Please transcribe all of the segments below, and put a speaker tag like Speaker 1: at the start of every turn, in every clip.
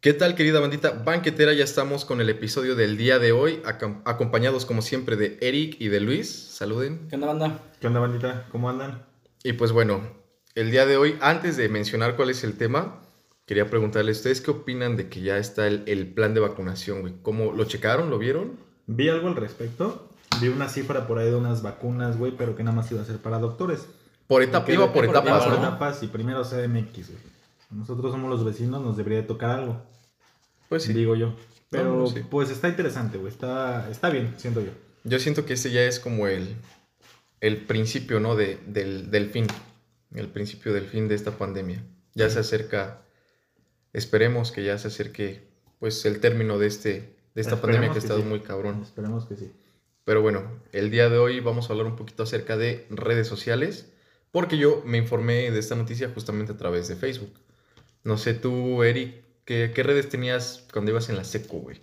Speaker 1: ¿Qué tal, querida bandita banquetera? Ya estamos con el episodio del día de hoy, acom- acompañados como siempre de Eric y de Luis. Saluden.
Speaker 2: ¿Qué onda, banda?
Speaker 3: ¿Qué onda, bandita? ¿Cómo andan?
Speaker 1: Y pues bueno, el día de hoy, antes de mencionar cuál es el tema, quería preguntarle a ustedes qué opinan de que ya está el, el plan de vacunación, güey. ¿Cómo lo checaron? ¿Lo vieron?
Speaker 3: Vi algo al respecto. Vi una cifra por ahí de unas vacunas, güey, pero que nada más iba a ser para doctores.
Speaker 1: Por etapa,
Speaker 3: Que
Speaker 1: iba por
Speaker 3: iba
Speaker 1: etapas,
Speaker 3: por
Speaker 1: ¿no?
Speaker 3: etapas y primero CDMX, güey. Nosotros somos los vecinos, nos debería de tocar algo,
Speaker 1: Pues sí.
Speaker 3: digo yo. Pero
Speaker 1: No, no, sí.
Speaker 3: pues está interesante, güey. Está, está bien, siento yo.
Speaker 1: Yo siento que este ya es como el, el principio, ¿no? De, del, del fin. El principio del fin de esta pandemia. Ya se acerca, esperemos que ya se acerque, pues, el término de, este, de esta
Speaker 3: Esperemos
Speaker 1: pandemia que ha
Speaker 3: que
Speaker 1: estado
Speaker 3: sí.
Speaker 1: muy cabrón.
Speaker 3: Esperemos que sí.
Speaker 1: Pero bueno, el día de hoy vamos a hablar un poquito acerca de redes sociales, porque yo me informé de esta noticia justamente a través de Facebook. No sé tú, Eric, ¿qué, qué redes tenías cuando ibas en la seco, güey?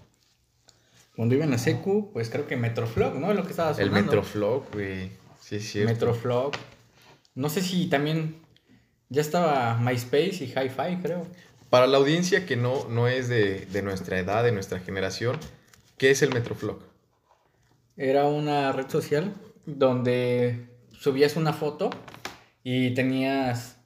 Speaker 2: Cuando iba en la secu, pues creo que Metroflog, ¿no? Es lo que estaba
Speaker 1: El
Speaker 2: sonando.
Speaker 1: Metroflog, güey. Sí, es cierto.
Speaker 2: Metroflog. No sé si también ya estaba MySpace y Hi-Fi, creo.
Speaker 1: Para la audiencia que no, no es de, de nuestra edad, de nuestra generación, ¿qué es el Metroflog?
Speaker 2: Era una red social donde subías una foto y tenías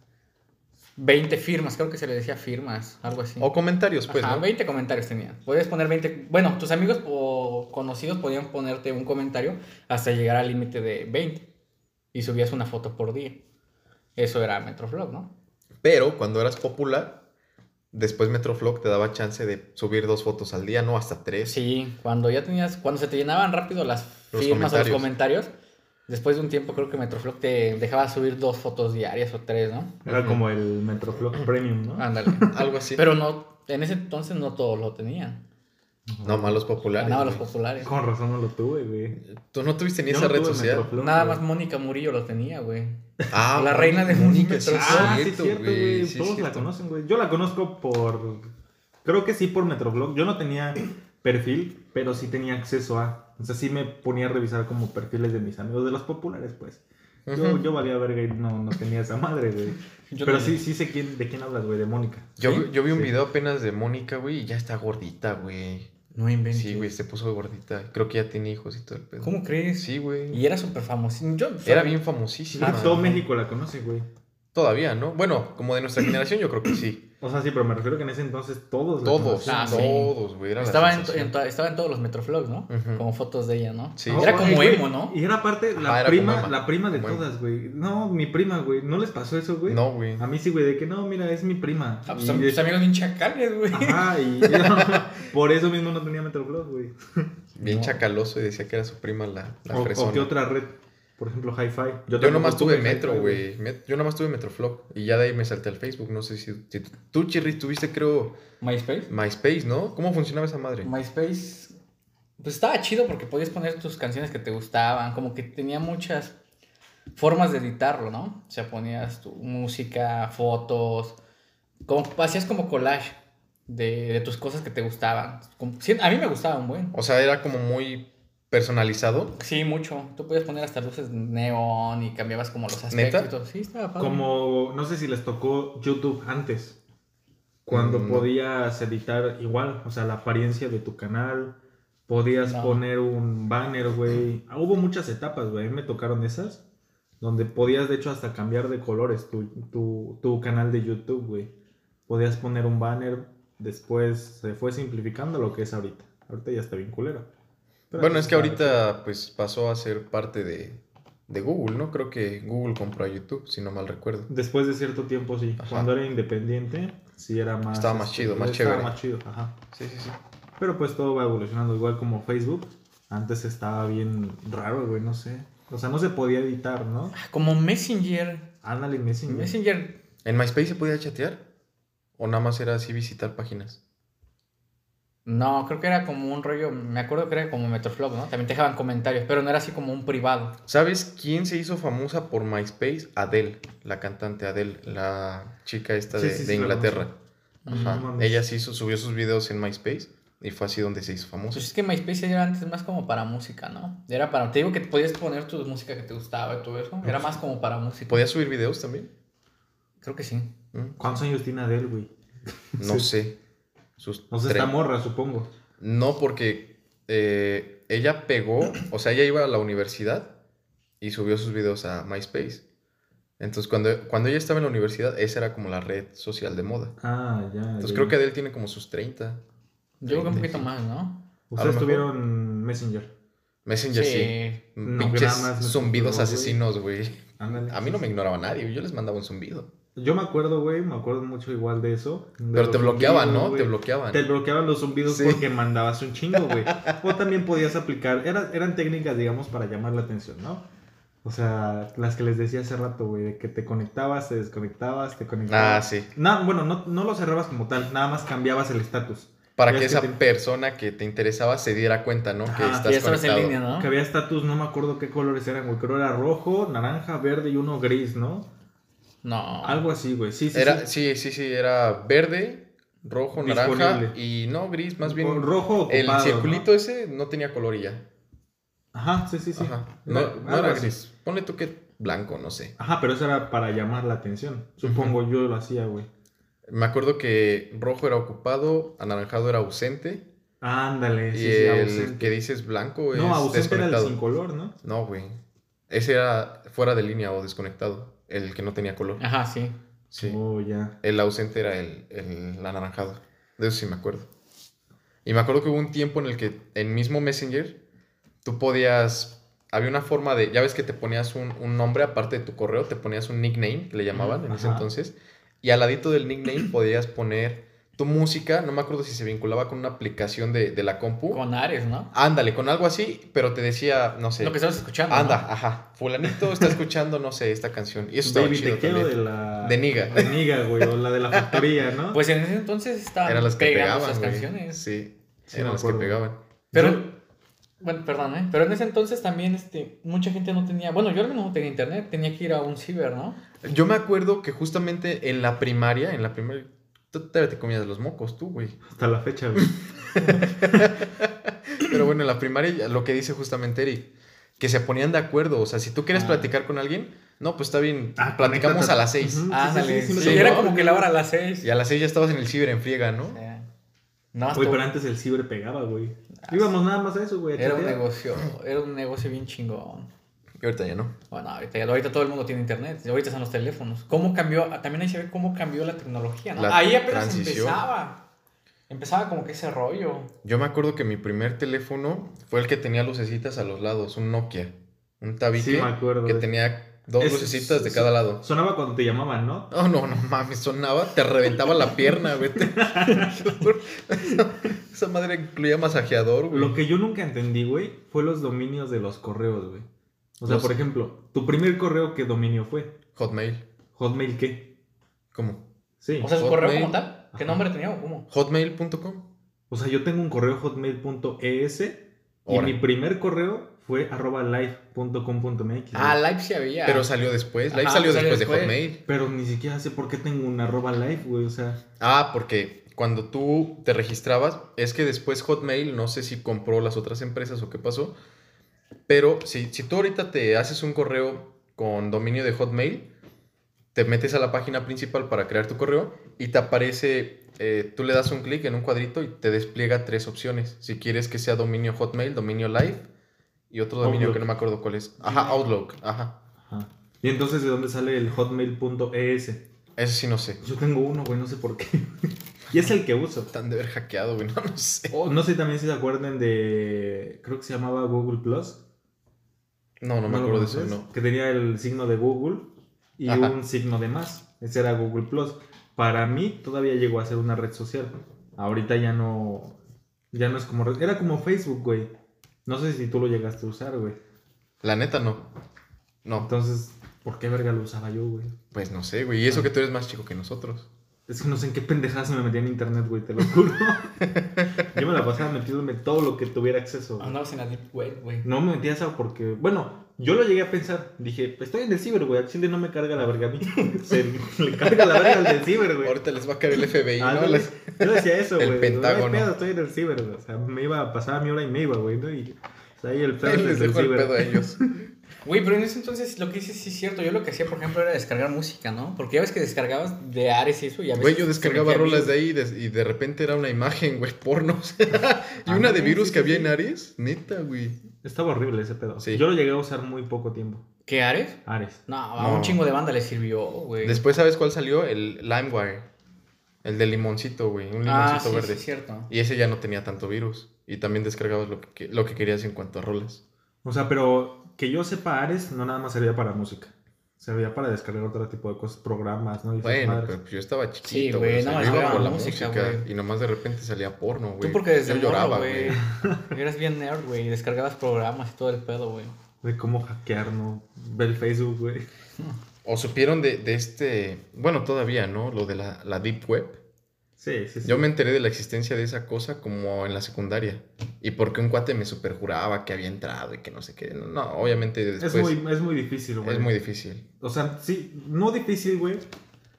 Speaker 2: 20 firmas, creo que se le decía firmas, algo así.
Speaker 1: O comentarios, pues,
Speaker 2: Ajá,
Speaker 1: ¿no?
Speaker 2: 20 comentarios tenía. Podías poner 20. Bueno, tus amigos o conocidos podían ponerte un comentario hasta llegar al límite de 20. Y subías una foto por día. Eso era Metroflog, ¿no?
Speaker 1: Pero cuando eras popular, después Metroflog te daba chance de subir dos fotos al día, no hasta tres.
Speaker 2: Sí, cuando ya tenías. Cuando se te llenaban rápido las
Speaker 1: Los
Speaker 2: firmas o los comentarios, después de un tiempo creo que Metroflog te dejaba subir dos fotos diarias o tres, ¿no?
Speaker 3: Era
Speaker 1: Ujú.
Speaker 3: como el Metroflog
Speaker 1: Ah.
Speaker 3: Premium, ¿no?
Speaker 2: Ándale.
Speaker 1: Algo así.
Speaker 2: Pero no. En ese entonces no todos lo tenían.
Speaker 1: No, malos populares.
Speaker 2: Ganaban los
Speaker 1: güey.
Speaker 2: populares.
Speaker 3: Con razón no lo tuve, güey.
Speaker 1: Tú no tuviste ni
Speaker 3: Yo
Speaker 1: esa
Speaker 3: no
Speaker 1: red
Speaker 3: tuve
Speaker 1: social.
Speaker 3: Metroflog,
Speaker 2: Nada
Speaker 3: güey.
Speaker 2: más Mónica Murillo lo tenía, güey.
Speaker 1: Ah,
Speaker 2: La reina de Mónica,
Speaker 1: sí,
Speaker 2: Metroflog.
Speaker 3: Ah,
Speaker 1: es cierto,
Speaker 3: sí, es cierto, güey.
Speaker 1: sí, es
Speaker 3: Todos la
Speaker 1: cierto.
Speaker 3: conocen, güey. Yo la conozco por. Creo que sí, por Metroflog. Yo no tenía perfil, pero sí tenía acceso a. O sea, sí me ponía a revisar como perfiles de mis amigos, de los populares, pues. Yo,
Speaker 1: Ujú.
Speaker 3: yo valía verga y no, no tenía esa madre, güey.
Speaker 2: Yo
Speaker 3: Pero
Speaker 2: también.
Speaker 3: sí, sí sé quién, de quién hablas, güey, de Mónica.
Speaker 1: Yo, yo vi un
Speaker 3: Sí.
Speaker 1: video apenas de Mónica, güey, y ya está gordita, güey.
Speaker 2: No inventes.
Speaker 1: Sí, güey, se puso gordita. Creo que ya tiene hijos y todo el pedo.
Speaker 2: ¿Cómo crees?
Speaker 1: Sí, güey.
Speaker 2: Y era súper famoso. Yo,
Speaker 1: Era bien
Speaker 3: Sí,
Speaker 1: famosísima.
Speaker 3: creo que todo México la conoce, güey.
Speaker 1: Todavía, ¿no? Bueno, como de nuestra generación, yo creo que sí.
Speaker 3: O sea, sí, pero me refiero que en ese entonces todos la
Speaker 1: Todos,
Speaker 2: Ah, sí.
Speaker 1: todos, güey. era la
Speaker 2: Estaba en,
Speaker 1: sensación.
Speaker 2: en to- estaba en todos los Metroflogs, ¿no?
Speaker 1: Ujú.
Speaker 2: Como fotos de ella, ¿no?
Speaker 1: Sí.
Speaker 3: No,
Speaker 2: Era como
Speaker 3: güey,
Speaker 2: emo, ¿no?
Speaker 3: Oh, Y era aparte la
Speaker 1: Ajá, era como
Speaker 3: prima,
Speaker 1: emo.
Speaker 3: la prima de
Speaker 1: Como emo.
Speaker 3: todas, güey. No, mi prima, güey. ¿No les pasó eso, güey?
Speaker 1: No, güey.
Speaker 3: A mí sí, güey, de que Ah, no, mira, es mi prima.
Speaker 2: Ah, pues,
Speaker 3: Y
Speaker 2: son-
Speaker 3: de-
Speaker 2: tus amigos bien chacales, güey.
Speaker 3: Ajá, y por eso mismo no tenía Metroflog, güey.
Speaker 1: Bien
Speaker 2: No.
Speaker 1: chacaloso y decía que era su prima la, la
Speaker 3: O,
Speaker 1: fresona.
Speaker 3: o qué otra red, por ejemplo, Hi-Fi.
Speaker 1: Yo
Speaker 3: tampoco
Speaker 1: nomás tuve
Speaker 3: Hi-Fi,
Speaker 1: Metro, güey. Met- Yo nomás tuve Metroflog. Y ya de ahí me salté al Facebook. No sé si. si- tú, Chirri, tuviste, creo,
Speaker 2: MySpace.
Speaker 1: MySpace, ¿no? ¿Cómo funcionaba esa madre?
Speaker 2: MySpace. Pues estaba chido porque podías poner tus canciones que te gustaban. Como que tenía muchas formas de editarlo, ¿no? O sea, ponías tu música, fotos. Como, hacías como collage de, de tus cosas que te gustaban. Como- sí, a mí me gustaban, güey.
Speaker 1: O sea, era como muy personalizado.
Speaker 2: Sí, mucho. Tú podías poner hasta luces neón y cambiabas como los
Speaker 1: ¿Neta?
Speaker 2: aspectos. y todo. Sí, estaba padre.
Speaker 3: Como, no sé si les tocó YouTube antes. Cuando
Speaker 1: Mm, no.
Speaker 3: podías editar igual, o sea, la apariencia de tu canal. Podías
Speaker 2: No.
Speaker 3: poner un banner, güey. Ah, Hubo muchas etapas, güey. A mí me tocaron esas. Donde podías, de hecho, hasta cambiar de colores tu, tu, tu canal de YouTube, güey. Podías poner un banner. Después se fue simplificando lo que es ahorita. Ahorita ya está bien culero. Pero
Speaker 1: Bueno,
Speaker 3: antes
Speaker 1: es que
Speaker 3: estaba chido.
Speaker 1: ahorita, pues, pasó a ser parte de, de Google, ¿no? Creo que Google compró a YouTube, si no mal recuerdo.
Speaker 3: Después de cierto tiempo, sí.
Speaker 1: Ajá.
Speaker 3: Cuando era independiente, sí era más. este,
Speaker 1: Estaba más chido, más
Speaker 3: estaba
Speaker 1: chévere.
Speaker 3: más chido, ajá.
Speaker 1: Sí, sí, sí.
Speaker 3: Pero pues todo va evolucionando, igual como Facebook. Antes estaba bien raro, güey, no sé. O sea, no se podía editar, ¿no?
Speaker 2: Como Messenger.
Speaker 3: Ándale, Messenger.
Speaker 2: Messenger.
Speaker 1: ¿En MySpace se podía chatear? ¿O nada más era así visitar páginas?
Speaker 2: No, creo que era como un rollo. Me acuerdo que era como Metroflog, ¿no? También te dejaban comentarios, pero no era así como un privado.
Speaker 1: ¿Sabes quién se hizo famosa por MySpace? Adele, la cantante Adele, la chica esta
Speaker 3: Sí,
Speaker 1: de,
Speaker 3: sí,
Speaker 1: de
Speaker 3: sí, la
Speaker 1: Inglaterra.
Speaker 2: conozco.
Speaker 1: Ajá.
Speaker 3: No mames.
Speaker 1: Ella se hizo, subió sus videos en MySpace y fue así donde se hizo famosa.
Speaker 2: Pues es que MySpace era antes más como para música, ¿no? Era para. Te digo que podías poner tu música que te gustaba y todo eso. Era más como para música.
Speaker 1: ¿Podía subir videos también?
Speaker 2: Creo que sí.
Speaker 1: ¿Mm?
Speaker 3: ¿Cuántos años tiene Adele, güey?
Speaker 1: No
Speaker 3: Sí.
Speaker 1: sé. Sus
Speaker 3: O sea,
Speaker 1: tre-
Speaker 3: está morra, supongo.
Speaker 1: No, porque eh, ella pegó, o sea, ella iba a la universidad y subió sus videos a MySpace. Entonces, cuando, cuando ella estaba en la universidad, esa era como la red social de moda.
Speaker 3: Ah, ya.
Speaker 1: Entonces, Pues creo que Adele tiene como sus 30.
Speaker 2: Yo creo que un
Speaker 1: 35.
Speaker 2: poquito más, ¿no?
Speaker 1: a
Speaker 3: Ustedes
Speaker 1: lo mejor.
Speaker 3: tuvieron Messenger.
Speaker 1: Messenger sí.
Speaker 3: No,
Speaker 1: Pinches
Speaker 3: nada más me
Speaker 1: zumbidos
Speaker 3: tocó, güey.
Speaker 1: asesinos, güey.
Speaker 3: Ándale.
Speaker 1: A mí no me ignoraba nadie, yo les mandaba un zumbido.
Speaker 3: Yo me acuerdo, güey, me acuerdo mucho igual de eso. de
Speaker 1: Pero
Speaker 3: los
Speaker 1: te bloqueaban,
Speaker 3: zumbidos,
Speaker 1: ¿no?
Speaker 3: güey.
Speaker 1: Te bloqueaban. Ah,
Speaker 3: Te bloqueaban los zumbidos
Speaker 1: Sí.
Speaker 3: porque mandabas un chingo, güey. O también podías aplicar, era- eran técnicas, digamos, para llamar la atención, ¿no? O sea, las que les decía hace rato, güey, de que te conectabas, te desconectabas, te
Speaker 1: Ah,
Speaker 3: conectabas.
Speaker 1: sí.
Speaker 3: No, bueno, no, no lo cerrabas como tal, nada más cambiabas el estatus.
Speaker 1: Para
Speaker 3: Ya
Speaker 1: que
Speaker 3: es que
Speaker 1: esa
Speaker 3: te-
Speaker 1: persona que te interesaba se diera cuenta, ¿no? Que
Speaker 3: Ah,
Speaker 1: estás
Speaker 2: Y ya estabas en
Speaker 1: conectado.
Speaker 2: línea, ¿no?
Speaker 3: Que había estatus, no me acuerdo qué colores eran, güey. Creo era rojo, naranja, verde y uno gris, ¿no?
Speaker 2: No.
Speaker 3: Algo así, güey. Sí, sí.
Speaker 1: Ah. Era,
Speaker 3: sí.
Speaker 1: sí, sí, sí, era verde, rojo, naranja
Speaker 3: Disponible.
Speaker 1: y no gris, más
Speaker 3: O
Speaker 1: bien
Speaker 3: rojo ocupado,
Speaker 1: el
Speaker 3: ¿no?
Speaker 1: circulito ese no tenía color y ya.
Speaker 3: Ajá, sí, sí, sí.
Speaker 1: Ajá. No,
Speaker 3: Era-
Speaker 1: no
Speaker 3: algo
Speaker 1: era
Speaker 3: así.
Speaker 1: gris. Ponle tú que blanco, no sé.
Speaker 3: Ajá, pero eso era para llamar la atención. Supongo yo lo hacía, güey.
Speaker 1: Me acuerdo que rojo era ocupado, anaranjado era ausente
Speaker 3: Ándale, sí,
Speaker 1: y
Speaker 3: sí,
Speaker 1: el
Speaker 3: ausente.
Speaker 1: que dices blanco es
Speaker 3: no, ausente era el
Speaker 1: desconectado.
Speaker 3: sin color, ¿no?
Speaker 1: No, güey. Ese era fuera de línea o desconectado, el que no tenía color.
Speaker 2: Ajá, sí.
Speaker 1: Sí.
Speaker 3: Oh, ya.
Speaker 1: El ausente era el, el anaranjado. De eso sí me acuerdo. Y me acuerdo que hubo un tiempo en el que en mismo Messenger tú podías... Había una forma de... Ya ves que te ponías un, un nombre aparte de tu correo, te ponías un nickname, que le llamaban en ese
Speaker 3: Ajá.
Speaker 1: entonces. Y al ladito del nickname podías poner tu música. No me acuerdo si se vinculaba con una aplicación de, de la compu.
Speaker 2: Con Ares, ¿no?
Speaker 1: Ándale, con algo así, pero te decía, no sé...
Speaker 2: Lo que estabas escuchando. ¿no?
Speaker 1: Anda, ajá. Fulanito está escuchando, no sé, esta canción. Y eso estaba
Speaker 3: Baby,
Speaker 1: chido
Speaker 3: te quiero
Speaker 1: también.
Speaker 3: de la...
Speaker 1: De Niga.
Speaker 3: De Niga, güey, o la de la factoría, ¿no?
Speaker 2: Pues en ese entonces estaban
Speaker 1: Eran las que
Speaker 2: pegando
Speaker 1: pegaban.
Speaker 2: esas
Speaker 1: güey.
Speaker 2: canciones.
Speaker 1: Sí,
Speaker 3: Sí, me
Speaker 1: eran las que
Speaker 3: acuerdo.
Speaker 1: pegaban.
Speaker 2: Pero,
Speaker 3: Yo-
Speaker 2: bueno, perdón, ¿eh? Pero en ese entonces también, este, mucha gente no tenía, bueno, yo al menos no tenía internet, tenía que ir a un ciber, ¿no?
Speaker 1: Yo me acuerdo que justamente en la primaria, en la primaria, tú todavía te comías los mocos, tú, güey.
Speaker 3: Hasta la fecha, güey.
Speaker 1: Pero bueno, en la primaria, ya- lo que dice justamente Eric, que se ponían de acuerdo. O sea, si tú quieres
Speaker 2: Ah.
Speaker 1: platicar con alguien, no, pues está bien,
Speaker 3: Ah,
Speaker 1: platicamos
Speaker 3: conéctate.
Speaker 1: a las seis.
Speaker 3: Ujú. Sí,
Speaker 2: Ándale,
Speaker 3: sí, sí,
Speaker 2: sí,
Speaker 3: sí, me
Speaker 2: era
Speaker 1: tocó.
Speaker 2: como que la hora a las seis.
Speaker 1: Y a las seis ya estabas en el ciber en friega, ¿no?
Speaker 2: O sea, No,
Speaker 3: Güey,
Speaker 2: estuvo-
Speaker 3: pero antes el ciber pegaba, güey.
Speaker 1: Ah,
Speaker 3: Íbamos nada más a eso, güey. a
Speaker 2: era un
Speaker 3: chatear.
Speaker 2: negocio, era un negocio bien chingón.
Speaker 1: Y ahorita ya no.
Speaker 2: Bueno, ahorita, ya- ahorita todo el mundo tiene internet, ahorita están los teléfonos. ¿Cómo cambió? Ah, También ahí se ve cómo cambió la tecnología, ¿no?
Speaker 1: La
Speaker 2: ahí apenas
Speaker 1: transición.
Speaker 2: empezaba. Empezaba como que ese rollo.
Speaker 1: Yo me acuerdo que mi primer teléfono fue el que tenía lucecitas a los lados, un Nokia, un tabique
Speaker 3: Sí, me acuerdo.
Speaker 1: que
Speaker 3: de-
Speaker 1: tenía dos
Speaker 3: Ese-
Speaker 1: lucecitas de cada lado.
Speaker 3: Sonaba cuando te llamaban, ¿no?
Speaker 1: No, no, no mames, sonaba, te reventaba la pierna, güey. te- te juro. Esa- Esa madre incluía masajeador, güey.
Speaker 3: Lo que yo nunca entendí, güey, fue los dominios de los correos, güey. O sea,
Speaker 1: Los-
Speaker 3: por ejemplo, tu primer correo, ¿qué dominio fue?
Speaker 1: Hotmail.
Speaker 3: ¿Hotmail qué?
Speaker 1: ¿Cómo?
Speaker 3: Sí.
Speaker 2: O sea, su correo
Speaker 1: Hotmail.
Speaker 2: como tal, ¿qué
Speaker 3: Ajá.
Speaker 2: nombre tenía o cómo?
Speaker 1: Hotmail.com.
Speaker 3: O sea, yo tengo un correo hotmail.es y
Speaker 1: Ahora.
Speaker 3: mi primer correo fue arroba live.com.mx.
Speaker 2: Ah,
Speaker 3: güey.
Speaker 2: Live sí había.
Speaker 1: Pero salió después. Live
Speaker 2: Ajá,
Speaker 1: salió
Speaker 2: salió
Speaker 1: después,
Speaker 2: después.
Speaker 1: de Hotmail.
Speaker 3: Pero ni siquiera sé por qué tengo un arroba live, güey. O sea,
Speaker 1: Ah, porque cuando tú te registrabas, es que después Hotmail, no sé si compró las otras empresas o qué pasó, pero si, si tú ahorita te haces un correo con dominio de Hotmail, te metes a la página principal para crear tu correo y te aparece, eh, tú le das un clic en un cuadrito y te despliega tres opciones. Si quieres que sea dominio Hotmail, dominio Live y otro dominio
Speaker 3: Outlook.
Speaker 1: que no me acuerdo cuál es. Ajá, Outlook, ajá.
Speaker 3: ajá. Y entonces, ¿de dónde sale el hotmail.es?
Speaker 1: Eso sí no sé.
Speaker 3: Yo tengo uno, güey, no sé por qué. y es el que uso.
Speaker 1: Tan de haber hackeado, güey, no, no sé.
Speaker 3: O Oh, no sé también si se acuerdan de. Creo que se llamaba Google Plus.
Speaker 1: No, no me
Speaker 3: ¿No lo
Speaker 1: acuerdo de eso,
Speaker 3: conoces?
Speaker 1: no.
Speaker 3: Que tenía el signo de Google y
Speaker 1: Ajá.
Speaker 3: un signo de más. Ese era Google Plus. Para mí todavía llegó a ser una red social. Ahorita ya no. Ya no es como. red- Era como Facebook, güey. No sé si tú lo llegaste a usar, güey.
Speaker 1: La neta no. No,
Speaker 3: Entonces, ¿por qué verga lo usaba yo, güey?
Speaker 1: Pues no sé, güey. Y eso que tú eres más chico que nosotros.
Speaker 3: Es que no sé en qué pendejadas me metía en internet, güey, te lo juro. yo me la pasaba metiéndome en todo lo que tuviera acceso. güey.
Speaker 2: Andabas en la Deep Web, güey.
Speaker 3: No me metía esa porque, bueno, yo lo llegué a pensar. Dije, "Pues, estoy en el ciber, güey. Al chile no me carga la verga a mí. Se le carga la verga al del ciber, güey.
Speaker 1: Ahorita les va a caer el FBI,
Speaker 3: Ah,
Speaker 1: ¿no?
Speaker 3: güey,
Speaker 1: Les-
Speaker 3: Yo decía eso,
Speaker 1: El
Speaker 3: güey.
Speaker 1: Pentágono.
Speaker 3: No hay pedo, estoy en el ciber, güey. O sea, me iba, pasaba mi hora y me iba, güey, ¿no? Y o sea, ahí el pedo
Speaker 1: Ahí
Speaker 3: es
Speaker 1: les
Speaker 3: el
Speaker 1: dejo el
Speaker 3: ciber.
Speaker 1: pedo a ellos.
Speaker 2: Güey, pero en ese entonces lo que hice sí es cierto. Yo lo que hacía, por ejemplo, era descargar música, ¿no? Porque ya ves que descargabas de Ares y eso. Y a veces
Speaker 1: Güey, yo
Speaker 2: se
Speaker 1: descargaba
Speaker 2: metía
Speaker 1: rolas
Speaker 2: virus.
Speaker 1: de ahí y de, y de repente era una imagen, güey, pornos. y una de
Speaker 2: Ah,
Speaker 1: virus
Speaker 2: sí,
Speaker 1: que
Speaker 2: sí,
Speaker 1: había
Speaker 2: sí.
Speaker 1: en Aries, neta, güey.
Speaker 3: Estaba horrible ese pedo.
Speaker 1: Sí.
Speaker 3: Yo lo llegué a usar muy poco tiempo.
Speaker 2: ¿Qué Ares?
Speaker 3: Ares.
Speaker 2: No, a
Speaker 1: No.
Speaker 2: un chingo de banda le sirvió, güey.
Speaker 1: Después, ¿sabes cuál salió? El LimeWire. El de limoncito, güey. Un
Speaker 2: ah,
Speaker 1: limoncito
Speaker 2: sí, sí,
Speaker 1: verde.
Speaker 2: es cierto.
Speaker 1: Y ese ya no tenía tanto virus. Y también descargabas lo que, lo que querías en cuanto a rolas.
Speaker 3: O sea, pero que yo sepa, Ares no nada más servía para música. Servía para descargar otro tipo de cosas, programas, ¿no? Y esas
Speaker 1: Bueno,
Speaker 3: madres.
Speaker 1: pero yo estaba
Speaker 2: Sí,
Speaker 1: chiquito,
Speaker 2: güey,
Speaker 1: güey. o sea,
Speaker 2: nada más
Speaker 1: yo iba
Speaker 2: era
Speaker 1: por la
Speaker 2: música,
Speaker 1: música,
Speaker 2: güey.
Speaker 1: y nomás de repente salía porno, güey.
Speaker 2: Tú porque desde
Speaker 1: yo
Speaker 2: morro,
Speaker 1: lloraba, güey.
Speaker 2: Eras bien nerd, güey. y Descargabas programas y todo el pedo, güey.
Speaker 3: De cómo hackear, ¿no? Ver el Facebook, güey.
Speaker 1: O supieron de, de este, bueno, todavía, ¿no? Lo de la, la Deep Web.
Speaker 3: Sí, sí, sí.
Speaker 1: Yo me enteré de la existencia de esa cosa como en la secundaria. Y porque un cuate me superjuraba que había entrado y que no sé qué. No, no, obviamente después
Speaker 3: es, muy, es muy difícil, güey.
Speaker 1: difícil.
Speaker 3: O sea, sí, no difícil, güey.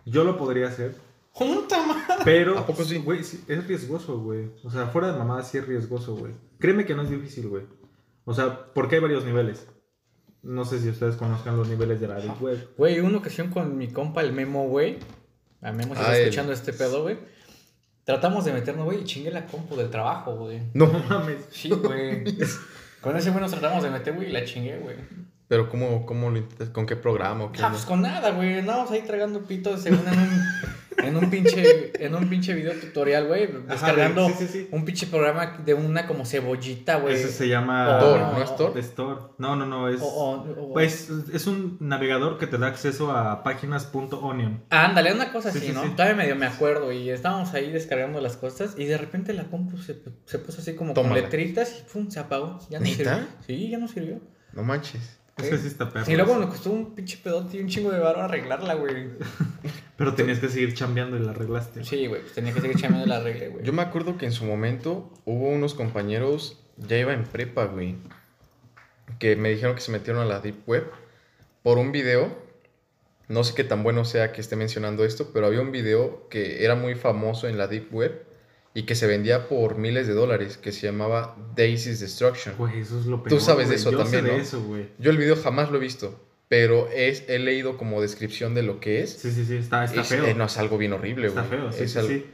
Speaker 3: Yo lo podría hacer.
Speaker 2: ¡Junta, madre!
Speaker 3: Pero,
Speaker 1: ¿A poco sí?
Speaker 3: güey, sí, es riesgoso, güey. O sea, fuera de mamada sí es riesgoso, güey. Créeme que no es difícil, güey. O sea, porque hay varios niveles. No sé si ustedes conozcan los niveles de la Deep Web.
Speaker 2: Güey, una ocasión con mi compa, el Memo, güey. A Memo si está
Speaker 1: Ah, el-
Speaker 2: escuchando este pedo, güey. Tratamos de meternos, güey, y chingué la compu del trabajo, güey.
Speaker 3: No
Speaker 1: No,
Speaker 3: mames.
Speaker 2: Sí, güey. Con ese güey nos tratamos de meter, güey, y la chingué, güey.
Speaker 1: pero ¿cómo, cómo lo intentas? ¿Con qué programa? o qué
Speaker 2: Ah, pues
Speaker 1: onda?
Speaker 2: con nada, güey. Andábamos ahí tragando pitos según en un, en un pinche, en un pinche video tutorial, güey. Descargando
Speaker 3: güey, sí, sí, sí.
Speaker 2: un pinche programa de una como cebollita, güey. Oh,
Speaker 3: Ese se llama...
Speaker 1: Tor,
Speaker 2: no,
Speaker 1: ¿no es Tor?
Speaker 3: De Store. No, no, no, es...
Speaker 2: O- o- o-
Speaker 3: Pues es un navegador que te da acceso a páginas.onion.
Speaker 2: Ah, Ándale, una cosa
Speaker 3: Sí,
Speaker 2: así,
Speaker 3: sí,
Speaker 2: ¿no?
Speaker 3: sí.
Speaker 2: Todavía medio me acuerdo y estábamos ahí descargando las cosas y de repente la compu se, se puso así como
Speaker 1: Tómala.
Speaker 2: con letritas y pum, se apagó. Ya no
Speaker 1: ¿Neta?
Speaker 2: sirvió. Sí, ya no sirvió.
Speaker 1: No manches.
Speaker 3: Es que sí está perro.
Speaker 2: Y luego me costó un pinche pedote y un chingo de barro arreglarla, güey.
Speaker 3: Pero tenías que seguir chambeando y la arreglaste.
Speaker 2: Sí, güey, pues tenía que seguir chambeando la regla, güey.
Speaker 1: Yo me acuerdo que en su momento hubo unos compañeros, ya iba en prepa, güey, que me dijeron que se metieron a la Deep Web por un video. No sé qué tan bueno sea que esté mencionando esto, pero había un video que era muy famoso en la Deep Web y que se vendía por miles de dólares, que se llamaba Daisy's Destruction.
Speaker 3: Güey, eso es lo peor.
Speaker 1: sabes de
Speaker 3: güey.
Speaker 1: eso
Speaker 3: Yo
Speaker 1: también,
Speaker 3: sé de
Speaker 1: ¿no?
Speaker 3: eso, güey.
Speaker 1: Yo el video jamás lo he visto, pero es, he leído como descripción de lo que es.
Speaker 3: Sí, sí, sí, está, está
Speaker 1: Es-
Speaker 3: feo.
Speaker 1: eh, no, es algo bien horrible,
Speaker 3: está
Speaker 1: güey.
Speaker 3: feo, sí,
Speaker 1: Es
Speaker 3: sí,
Speaker 1: algo-
Speaker 3: sí.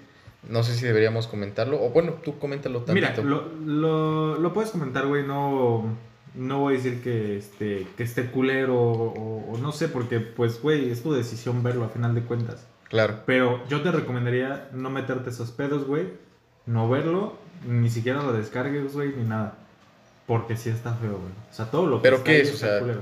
Speaker 1: No sé si deberíamos comentarlo, o bueno, tú coméntalo también.
Speaker 3: Mira, lo, lo, lo puedes comentar, güey, no, no voy a decir que, este, que esté culero o, o no sé, porque, pues, güey, es tu decisión verlo a final de cuentas.
Speaker 1: Claro.
Speaker 3: Pero yo te recomendaría no meterte esos pedos, güey, no verlo, ni siquiera lo descargues, güey, ni nada. Porque sí está feo, güey. O sea, todo lo que
Speaker 1: ¿Pero
Speaker 3: está
Speaker 1: qué
Speaker 3: ahí
Speaker 1: es? O
Speaker 3: está
Speaker 1: sea,
Speaker 3: culero.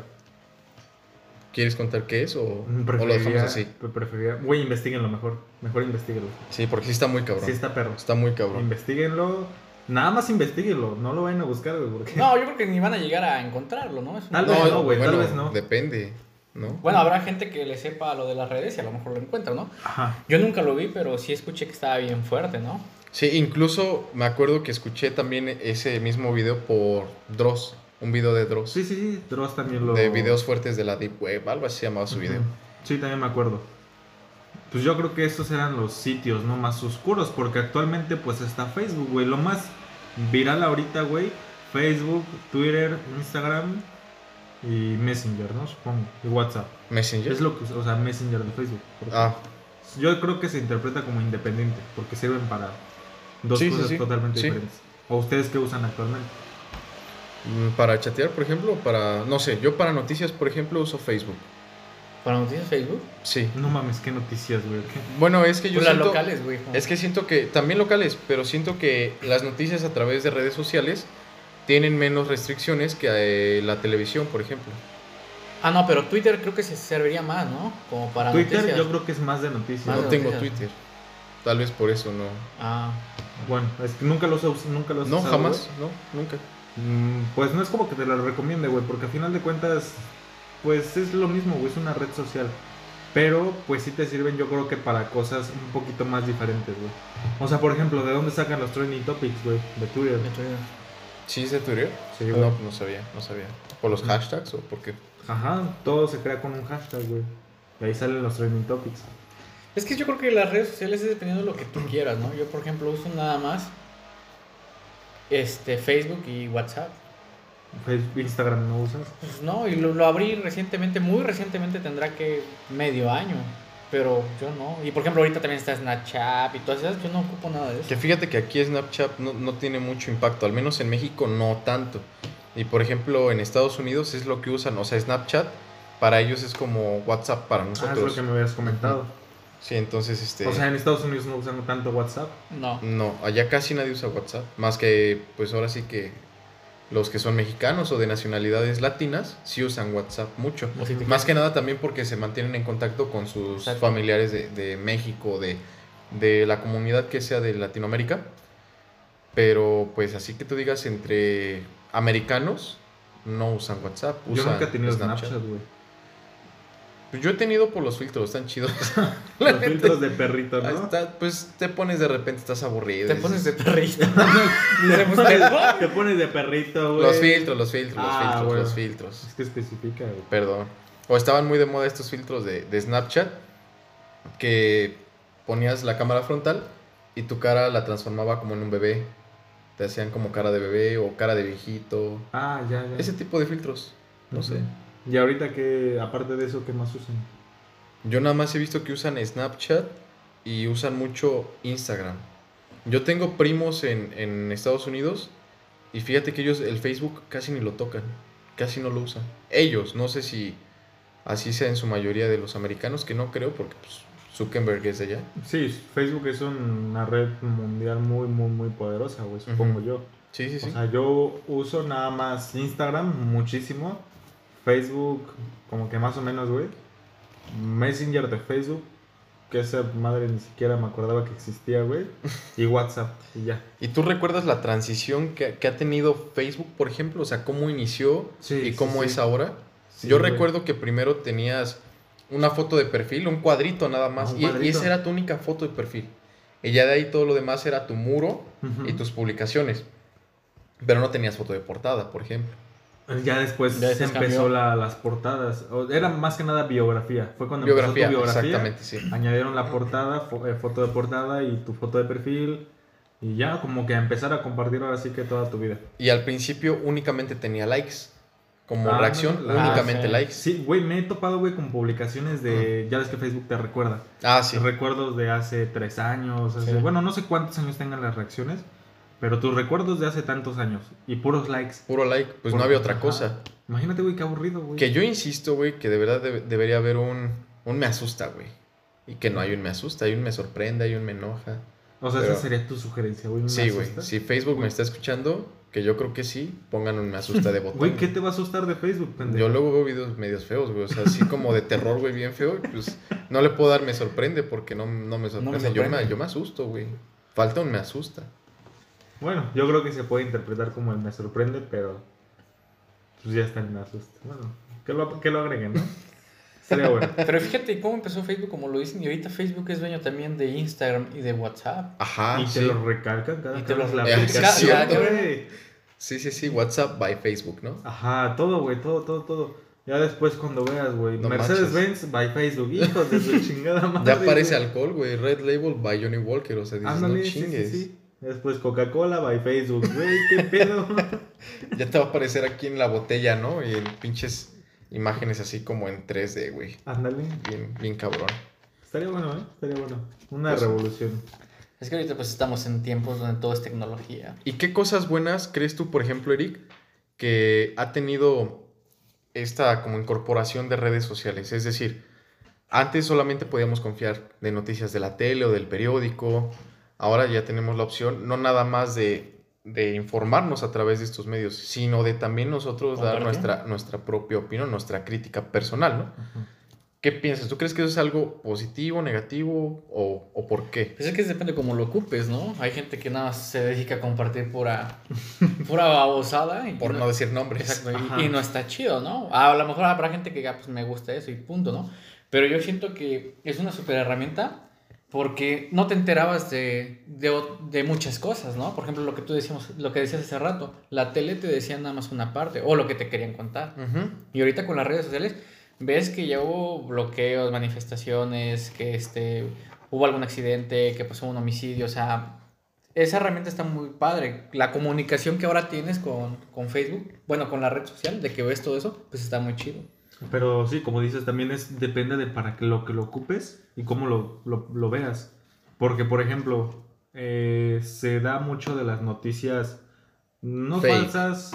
Speaker 1: ¿Quieres contar qué es o, o lo dejamos
Speaker 3: Mm, Preferiría,
Speaker 1: así?
Speaker 3: pre- preferiría- güey, investiguenlo mejor, mejor investiguenlo.
Speaker 1: Sí, porque sí está muy cabrón.
Speaker 3: Sí está perro.
Speaker 1: Está muy cabrón.
Speaker 3: Investíguenlo. Nada más investiguenlo. No lo vayan a buscar, güey. Porque...
Speaker 2: No, yo creo que ni van a llegar a encontrarlo, ¿no? Es un-
Speaker 3: Tal vez no, güey, tal vez no.
Speaker 1: Depende, ¿no?
Speaker 2: Bueno, habrá gente que le sepa lo de las redes y a lo mejor lo encuentra, ¿no?
Speaker 3: Ajá.
Speaker 2: Yo nunca lo vi, pero sí escuché que estaba bien fuerte, ¿no?
Speaker 1: Sí, incluso me acuerdo que escuché también ese mismo video por Dross, un video de Dross.
Speaker 3: Sí, sí, sí. Dross también lo.
Speaker 1: De videos fuertes de la Deep Web, algo así llamaba su
Speaker 3: Ujú.
Speaker 1: video.
Speaker 3: Sí, también me acuerdo. Pues yo creo que estos eran los sitios no más oscuros. Porque actualmente, pues está Facebook, güey. Lo más viral ahorita, güey. Facebook, Twitter, Instagram y Messenger, ¿no? Supongo. Y WhatsApp.
Speaker 1: Messenger.
Speaker 3: Es lo que. O sea, Messenger de Facebook. porque
Speaker 1: Ah,
Speaker 3: Yo creo que se interpreta como independiente. Porque sirven para dos
Speaker 1: Sí, sí,
Speaker 3: cosas
Speaker 1: sí.
Speaker 3: totalmente
Speaker 1: Sí.
Speaker 3: diferentes. ¿O ustedes qué usan actualmente?
Speaker 1: mm, para chatear, por ejemplo, para, no sé, yo para noticias, por ejemplo, uso Facebook.
Speaker 2: Para noticias Facebook.
Speaker 1: Sí.
Speaker 3: No mames, qué noticias, güey.
Speaker 1: Bueno, es que yo
Speaker 2: Pues las
Speaker 1: siento-
Speaker 2: locales, güey. como-
Speaker 1: Es que siento que, también locales, pero siento que las noticias a través de redes sociales tienen menos restricciones que eh, la televisión, por ejemplo.
Speaker 2: Ah, no, pero Twitter creo que se serviría más, ¿no? Como para
Speaker 3: Twitter
Speaker 2: noticias.
Speaker 3: yo creo que es más de noticias.
Speaker 2: Más
Speaker 1: No
Speaker 2: de
Speaker 1: tengo
Speaker 2: noticias.
Speaker 1: Twitter. Tal vez por eso no.
Speaker 2: Ah,
Speaker 3: Bueno, es que nunca los he us- nunca los he
Speaker 1: No,
Speaker 3: usado,
Speaker 1: jamás, no, nunca.
Speaker 3: güey. Mm, Pues no es como que te lo recomiende, güey, porque al final de cuentas, pues es lo mismo, güey, es una red social. Pero, pues sí te sirven, yo creo que para cosas un poquito más diferentes, güey. O sea, por ejemplo, ¿de dónde sacan los trending topics, güey? De Twitter.
Speaker 2: de Twitter.
Speaker 1: ¿Sí se Twitter?
Speaker 3: Sí, güey.
Speaker 1: No, no sabía, no sabía. ¿Por los hashtags o por qué?
Speaker 3: Ajá, todo se crea con un hashtag, güey. Y ahí salen los trending topics.
Speaker 2: Es que yo creo que las redes sociales es dependiendo de lo que tú quieras, ¿no? Yo, por ejemplo, uso nada más este Facebook y WhatsApp.
Speaker 3: Facebook, Instagram no usas.
Speaker 2: Pues no, y lo, lo abrí recientemente, muy recientemente tendrá que medio año. Pero yo no. Y por ejemplo, ahorita también está Snapchat y todas esas. Yo no ocupo nada de eso.
Speaker 1: Que fíjate que aquí Snapchat no, no tiene mucho impacto, al menos en México no tanto. Y por ejemplo, en Estados Unidos es lo que usan, o sea, Snapchat para ellos es como WhatsApp para
Speaker 3: Ah, es lo
Speaker 1: nosotros.
Speaker 3: que me habías comentado.
Speaker 1: Sí, entonces este
Speaker 3: O sea, en Estados Unidos no usan tanto WhatsApp.
Speaker 2: No.
Speaker 1: no, allá casi nadie usa WhatsApp, más que pues ahora sí que los que son mexicanos o de nacionalidades latinas sí usan WhatsApp mucho.
Speaker 2: O si te
Speaker 1: Más que nada también porque se mantienen en contacto con sus
Speaker 2: Exacto.
Speaker 1: familiares de, de México, de, de la comunidad que sea de Latinoamérica. Pero pues así que tú digas entre americanos, no usan WhatsApp,
Speaker 3: Yo
Speaker 1: usan
Speaker 3: nunca he tenido
Speaker 1: Snapchat.
Speaker 3: Snapchat, güey.
Speaker 1: Pues yo he tenido por los filtros, están chidos. La
Speaker 3: Los
Speaker 1: neta,
Speaker 3: filtros de perrito,
Speaker 1: ahí
Speaker 3: ¿no?
Speaker 1: está, pues te pones de repente, estás aburrido.
Speaker 2: Te
Speaker 1: dices,
Speaker 2: pones de perrito. Dice, pues, ¿qué?
Speaker 3: Te pones de perrito, güey.
Speaker 1: Los filtros, los filtros, los
Speaker 3: Ah,
Speaker 1: filtros,
Speaker 3: bueno.
Speaker 1: los filtros.
Speaker 3: Es que especifica, güey.
Speaker 1: Perdón. O estaban muy de moda estos filtros de, de Snapchat que ponías la cámara frontal y tu cara la transformaba como en un bebé. Te hacían como cara de bebé o cara de viejito.
Speaker 3: Ah, ya, ya.
Speaker 1: Ese tipo de filtros. No sé.
Speaker 3: Y ahorita que, aparte de eso, ¿qué más usan?
Speaker 1: Yo nada más he visto que usan Snapchat y usan mucho Instagram. Yo tengo primos en, en Estados Unidos y fíjate que ellos el Facebook casi ni lo tocan, casi no lo usan. Ellos, no sé si así sea en su mayoría de los americanos, que no creo porque pues, Zuckerberg es de allá.
Speaker 3: Sí, Facebook es una red mundial muy, muy, muy poderosa, güey, supongo
Speaker 1: Ujú.
Speaker 3: yo.
Speaker 1: Sí, sí, sí.
Speaker 3: O sea, yo uso nada más Instagram muchísimo, Facebook como que más o menos, güey. Messenger de Facebook, que esa madre ni siquiera me acordaba que existía, güey. Y WhatsApp, y ya.
Speaker 1: ¿Y tú recuerdas la transición que, que ha tenido Facebook, por ejemplo? O sea, cómo inició
Speaker 3: Sí,
Speaker 1: y
Speaker 3: sí,
Speaker 1: cómo
Speaker 3: sí.
Speaker 1: es ahora.
Speaker 3: Sí,
Speaker 1: Yo
Speaker 3: güey.
Speaker 1: recuerdo que primero tenías una foto de perfil, un cuadrito nada más,
Speaker 3: Ah, un
Speaker 1: y- y,
Speaker 3: cuadrito.
Speaker 1: esa era tu única foto de perfil. Y ya de ahí todo lo demás era tu muro
Speaker 3: Ujú.
Speaker 1: y tus publicaciones. Pero no tenías foto de portada, por ejemplo.
Speaker 3: Ya después
Speaker 2: Ya
Speaker 3: se
Speaker 2: después
Speaker 3: empezó
Speaker 2: cambió.
Speaker 3: la- las portadas. O- Era más que nada biografía. Fue cuando
Speaker 1: Biografía,
Speaker 3: empezó pues, tu biografía.
Speaker 1: exactamente, sí.
Speaker 3: Añadieron la portada, fo- eh, foto de portada y tu foto de perfil. Y ya, como que a empezar a compartir ahora sí que toda tu vida.
Speaker 1: Y al principio únicamente tenía likes. Como
Speaker 3: Ah,
Speaker 1: reacción,
Speaker 3: la-
Speaker 1: únicamente
Speaker 2: sí.
Speaker 1: likes.
Speaker 3: Sí, güey, me he topado, güey, con publicaciones de. Ya ves que Facebook te recuerda.
Speaker 1: Ah, sí.
Speaker 3: Recuerdos de hace tres años. hace-
Speaker 2: Sí.
Speaker 3: Bueno, no sé cuántos años tengan las reacciones. Pero tus recuerdos de hace tantos años. Y puros likes.
Speaker 1: Puro like, pues no
Speaker 3: Por-
Speaker 1: había otra
Speaker 3: ajá.
Speaker 1: cosa.
Speaker 3: Imagínate, güey, qué aburrido, güey.
Speaker 1: Que yo insisto, güey, que de verdad debe- debería haber un, un me asusta, güey. Y que no hay un me asusta, hay un me sorprende, hay un me enoja.
Speaker 3: O sea,
Speaker 1: pero-
Speaker 3: esa sería tu sugerencia, güey. me
Speaker 1: Sí, güey.
Speaker 3: asusta.
Speaker 1: Si Facebook me está escuchando, que yo creo que sí, pongan un me asusta de botón.
Speaker 3: Güey, ¿qué te va a asustar de Facebook, pendejo?
Speaker 1: Yo luego veo videos medios feos, güey. O sea, así como de terror, güey, bien feo. y pues no le puedo dar me sorprende porque no, no me sorprende. Yo, me,
Speaker 2: sorprende.
Speaker 1: yo me asusto, güey. Falta un me asusta.
Speaker 3: Bueno, yo creo que se puede interpretar como el me sorprende, pero. Pues ya está el me asusta. Bueno, que lo, que lo agreguen, ¿no? Sería bueno.
Speaker 2: Pero fíjate cómo empezó Facebook, como lo dicen, y ahorita Facebook es dueño también de Instagram y de WhatsApp.
Speaker 1: Ajá,
Speaker 3: y te
Speaker 1: Ah, sí.
Speaker 3: lo recalcan cada
Speaker 2: Y te
Speaker 3: vez
Speaker 2: lo-
Speaker 3: la
Speaker 1: Eh,
Speaker 3: aplicación,
Speaker 1: es cierto.
Speaker 3: güey.
Speaker 1: Sí, sí, sí. WhatsApp by Facebook, ¿no?
Speaker 3: Ajá, todo, güey, todo, todo, todo. Ya después cuando veas, güey,
Speaker 1: No
Speaker 3: Mercedes-Benz by Facebook, hijos de su chingada madre.
Speaker 1: Ya aparece
Speaker 3: güey.
Speaker 1: alcohol, güey. Red Label by Johnny Walker. O sea, dices,
Speaker 3: Ándale,
Speaker 1: no
Speaker 3: sí, sí,
Speaker 1: chingues.
Speaker 3: sí. Después Coca-Cola by Facebook, güey, qué pedo.
Speaker 1: Ya te va a aparecer aquí en la botella, ¿no? Y en pinches imágenes así como en 3D, güey.
Speaker 3: Ándale.
Speaker 1: Bien, bien cabrón.
Speaker 3: Estaría bueno, ¿eh? Estaría bueno. Una
Speaker 1: Pues-
Speaker 3: revolución.
Speaker 2: Es que ahorita pues estamos en tiempos donde todo es tecnología.
Speaker 1: ¿Y qué cosas buenas crees tú, por ejemplo, Eric, que ha tenido esta como incorporación de redes sociales? Es decir, antes solamente podíamos confiar de noticias de la tele o del periódico. Ahora ya tenemos la opción, no nada más de, de informarnos a través de estos medios, sino de también nosotros dar
Speaker 2: Compartir.
Speaker 1: nuestra, nuestra propia opinión, nuestra crítica personal, ¿no? ¿Qué piensas? ¿Tú crees que eso es algo positivo, negativo o, o por qué?
Speaker 2: Pues es que depende cómo lo ocupes, ¿no? Hay gente que nada más se dedica a compartir pura, pura babosada. Y
Speaker 1: Por no decir nombres.
Speaker 2: Exacto,
Speaker 3: Ajá.
Speaker 2: y, y no está chido, ¿no? Ah, A lo mejor habrá gente que diga, pues me gusta eso y punto, ¿no? Pero yo siento que es una super herramienta porque no te enterabas de, de, o- de muchas cosas, ¿no? Por ejemplo, lo que tú decíamos, lo que decías hace rato, la tele te decía nada más una parte o lo que te querían contar.
Speaker 1: Ujú.
Speaker 2: Y ahorita con las redes sociales ves que ya hubo bloqueos, manifestaciones, que este, hubo algún accidente, que pasó un homicidio, o sea, esa herramienta está muy padre. La comunicación que ahora tienes con, con Facebook, bueno, con la red social, de que ves todo eso, pues está muy chido.
Speaker 3: Pero sí, como dices, también es depende de para que lo que lo ocupes y cómo lo, lo- lo veas. Porque, por ejemplo, eh, se da mucho de las noticias no
Speaker 1: Fake.
Speaker 3: falsas.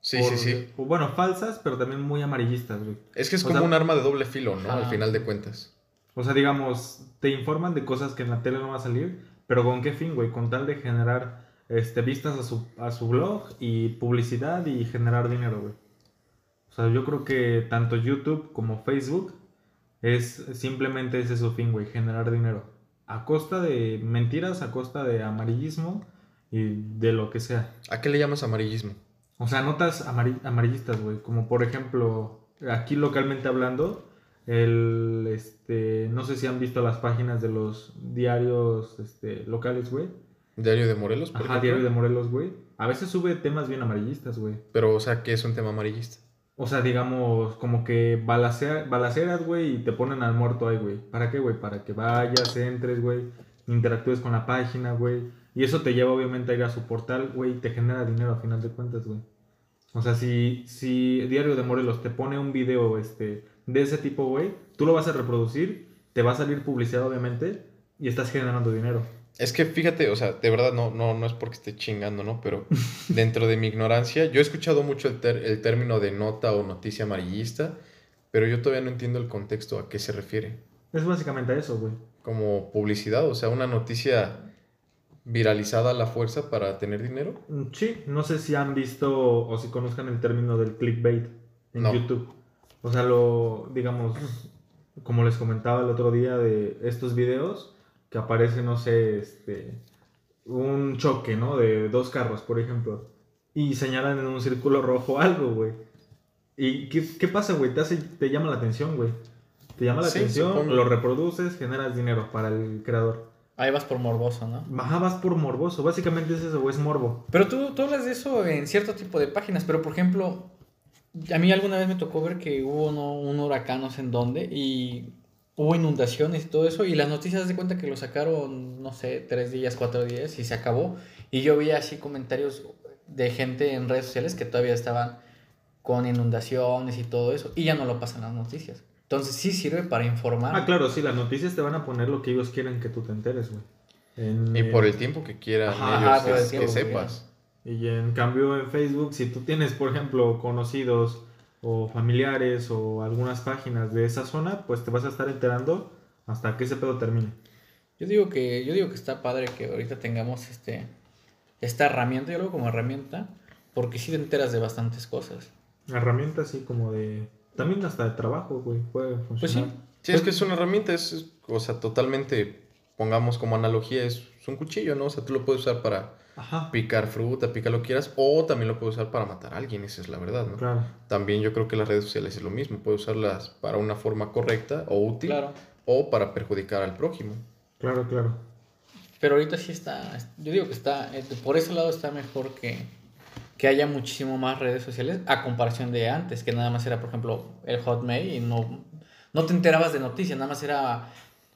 Speaker 1: Sí,
Speaker 3: por-
Speaker 1: sí, sí.
Speaker 3: o bueno, falsas, pero también muy amarillistas, güey.
Speaker 1: Es que es
Speaker 3: O
Speaker 1: como
Speaker 3: sea-
Speaker 1: un arma de doble filo, ¿no? Al
Speaker 2: Ajá.
Speaker 1: final de cuentas.
Speaker 3: O sea, digamos, te informan de cosas que en la tele no va a salir, pero ¿con qué fin, güey? Con tal de generar este, vistas a su, a su blog y publicidad y generar dinero, güey. O sea, yo creo que tanto YouTube como Facebook es simplemente ese es su fin, güey, generar dinero. A costa de mentiras, a costa de amarillismo y de lo que sea.
Speaker 1: ¿A qué le llamas amarillismo?
Speaker 3: O sea, notas amari- amarillistas, güey. Como por ejemplo, aquí localmente hablando, el este. No sé si han visto las páginas de los diarios este, locales, güey.
Speaker 1: Diario de Morelos, por
Speaker 3: Ajá,
Speaker 1: ejemplo.
Speaker 3: diario de Morelos, güey. A veces sube temas bien amarillistas, güey.
Speaker 1: Pero, o sea, ¿qué es un tema amarillista?
Speaker 3: O sea, digamos, como que balacea- balaceras, güey, y te ponen al muerto ahí, güey. ¿Para qué, güey? Para que vayas, entres, güey, interactúes con la página, güey. Y eso te lleva, obviamente, a ir a su portal, güey, y te genera dinero a final de cuentas, güey. O sea, si, si Diario de Morelos te pone un video este, de ese tipo, güey, tú lo vas a reproducir, te va a salir publicidad, obviamente, y estás generando dinero.
Speaker 1: Es que fíjate, o sea, de verdad no, no, no es porque esté chingando, ¿no? Pero dentro de mi ignorancia, yo he escuchado mucho el, ter- el término de nota o noticia amarillista, pero yo todavía no entiendo el contexto a qué se refiere.
Speaker 3: Es básicamente eso, güey.
Speaker 1: Como publicidad, o sea, una noticia viralizada a la fuerza para tener dinero.
Speaker 3: Mm, Sí, no sé si han visto o si conozcan el término del clickbait en
Speaker 1: No.
Speaker 3: YouTube. O sea, lo, digamos, como les comentaba el otro día de estos videos, que aparece, no sé, este, un choque, ¿no? De dos carros, por ejemplo, y señalan en un círculo rojo algo, güey. ¿Y qué, qué pasa, güey? Te, hace- te llama la atención, güey. Te llama la
Speaker 1: Sí,
Speaker 3: atención,
Speaker 1: supongo.
Speaker 3: lo reproduces, generas dinero para el creador.
Speaker 2: Ahí vas por morboso, ¿no?
Speaker 3: Ajá, vas por morboso, básicamente es eso, güey, es morbo.
Speaker 2: Pero tú, tú hablas de eso en cierto tipo de páginas, pero por ejemplo, a mí alguna vez me tocó ver que hubo no- un huracán, no sé en dónde, y hubo inundaciones y todo eso, y las noticias de cuenta que lo sacaron, no sé, tres días, cuatro días, y se acabó. Y yo veía así comentarios de gente en redes sociales que todavía estaban con inundaciones y todo eso, y ya no lo pasan las noticias. Entonces sí sirve para informar.
Speaker 3: Ah, claro, sí, las noticias te van a poner lo que ellos quieren que tú te enteres, güey. En,
Speaker 1: Y por el tiempo que quieran
Speaker 3: Ajá,
Speaker 1: ellos
Speaker 2: por el
Speaker 1: es- que
Speaker 2: tiempo que
Speaker 1: sepas.
Speaker 3: y en cambio en Facebook, si tú tienes, por ejemplo, conocidos o familiares o algunas páginas de esa zona, pues te vas a estar enterando hasta que ese pedo termine.
Speaker 2: Yo digo que, yo digo que está padre que ahorita tengamos este esta herramienta, yo lo veo como herramienta, porque sí te enteras de bastantes cosas.
Speaker 3: Herramientas así como de... También hasta de trabajo, güey, puede funcionar.
Speaker 2: Pues sí.
Speaker 1: Sí, es que es una herramienta, es, es- o sea, totalmente, pongamos como analogía, es, es un cuchillo, ¿no? O sea, tú lo puedes usar para
Speaker 3: Ajá,
Speaker 1: picar fruta, picar lo que quieras, o también lo puedes usar para matar a alguien, esa es la verdad, ¿no?
Speaker 3: claro.
Speaker 1: También yo creo que las redes sociales es lo mismo, puedes usarlas para una forma correcta o útil
Speaker 2: Claro.
Speaker 1: o para perjudicar al prójimo.
Speaker 3: Claro, claro.
Speaker 2: Pero ahorita sí está, yo digo que está, este, por ese lado está mejor que, que haya muchísimo más redes sociales a comparación de antes, que nada más era, por ejemplo, el Hotmail y no, no te enterabas de noticias, nada más era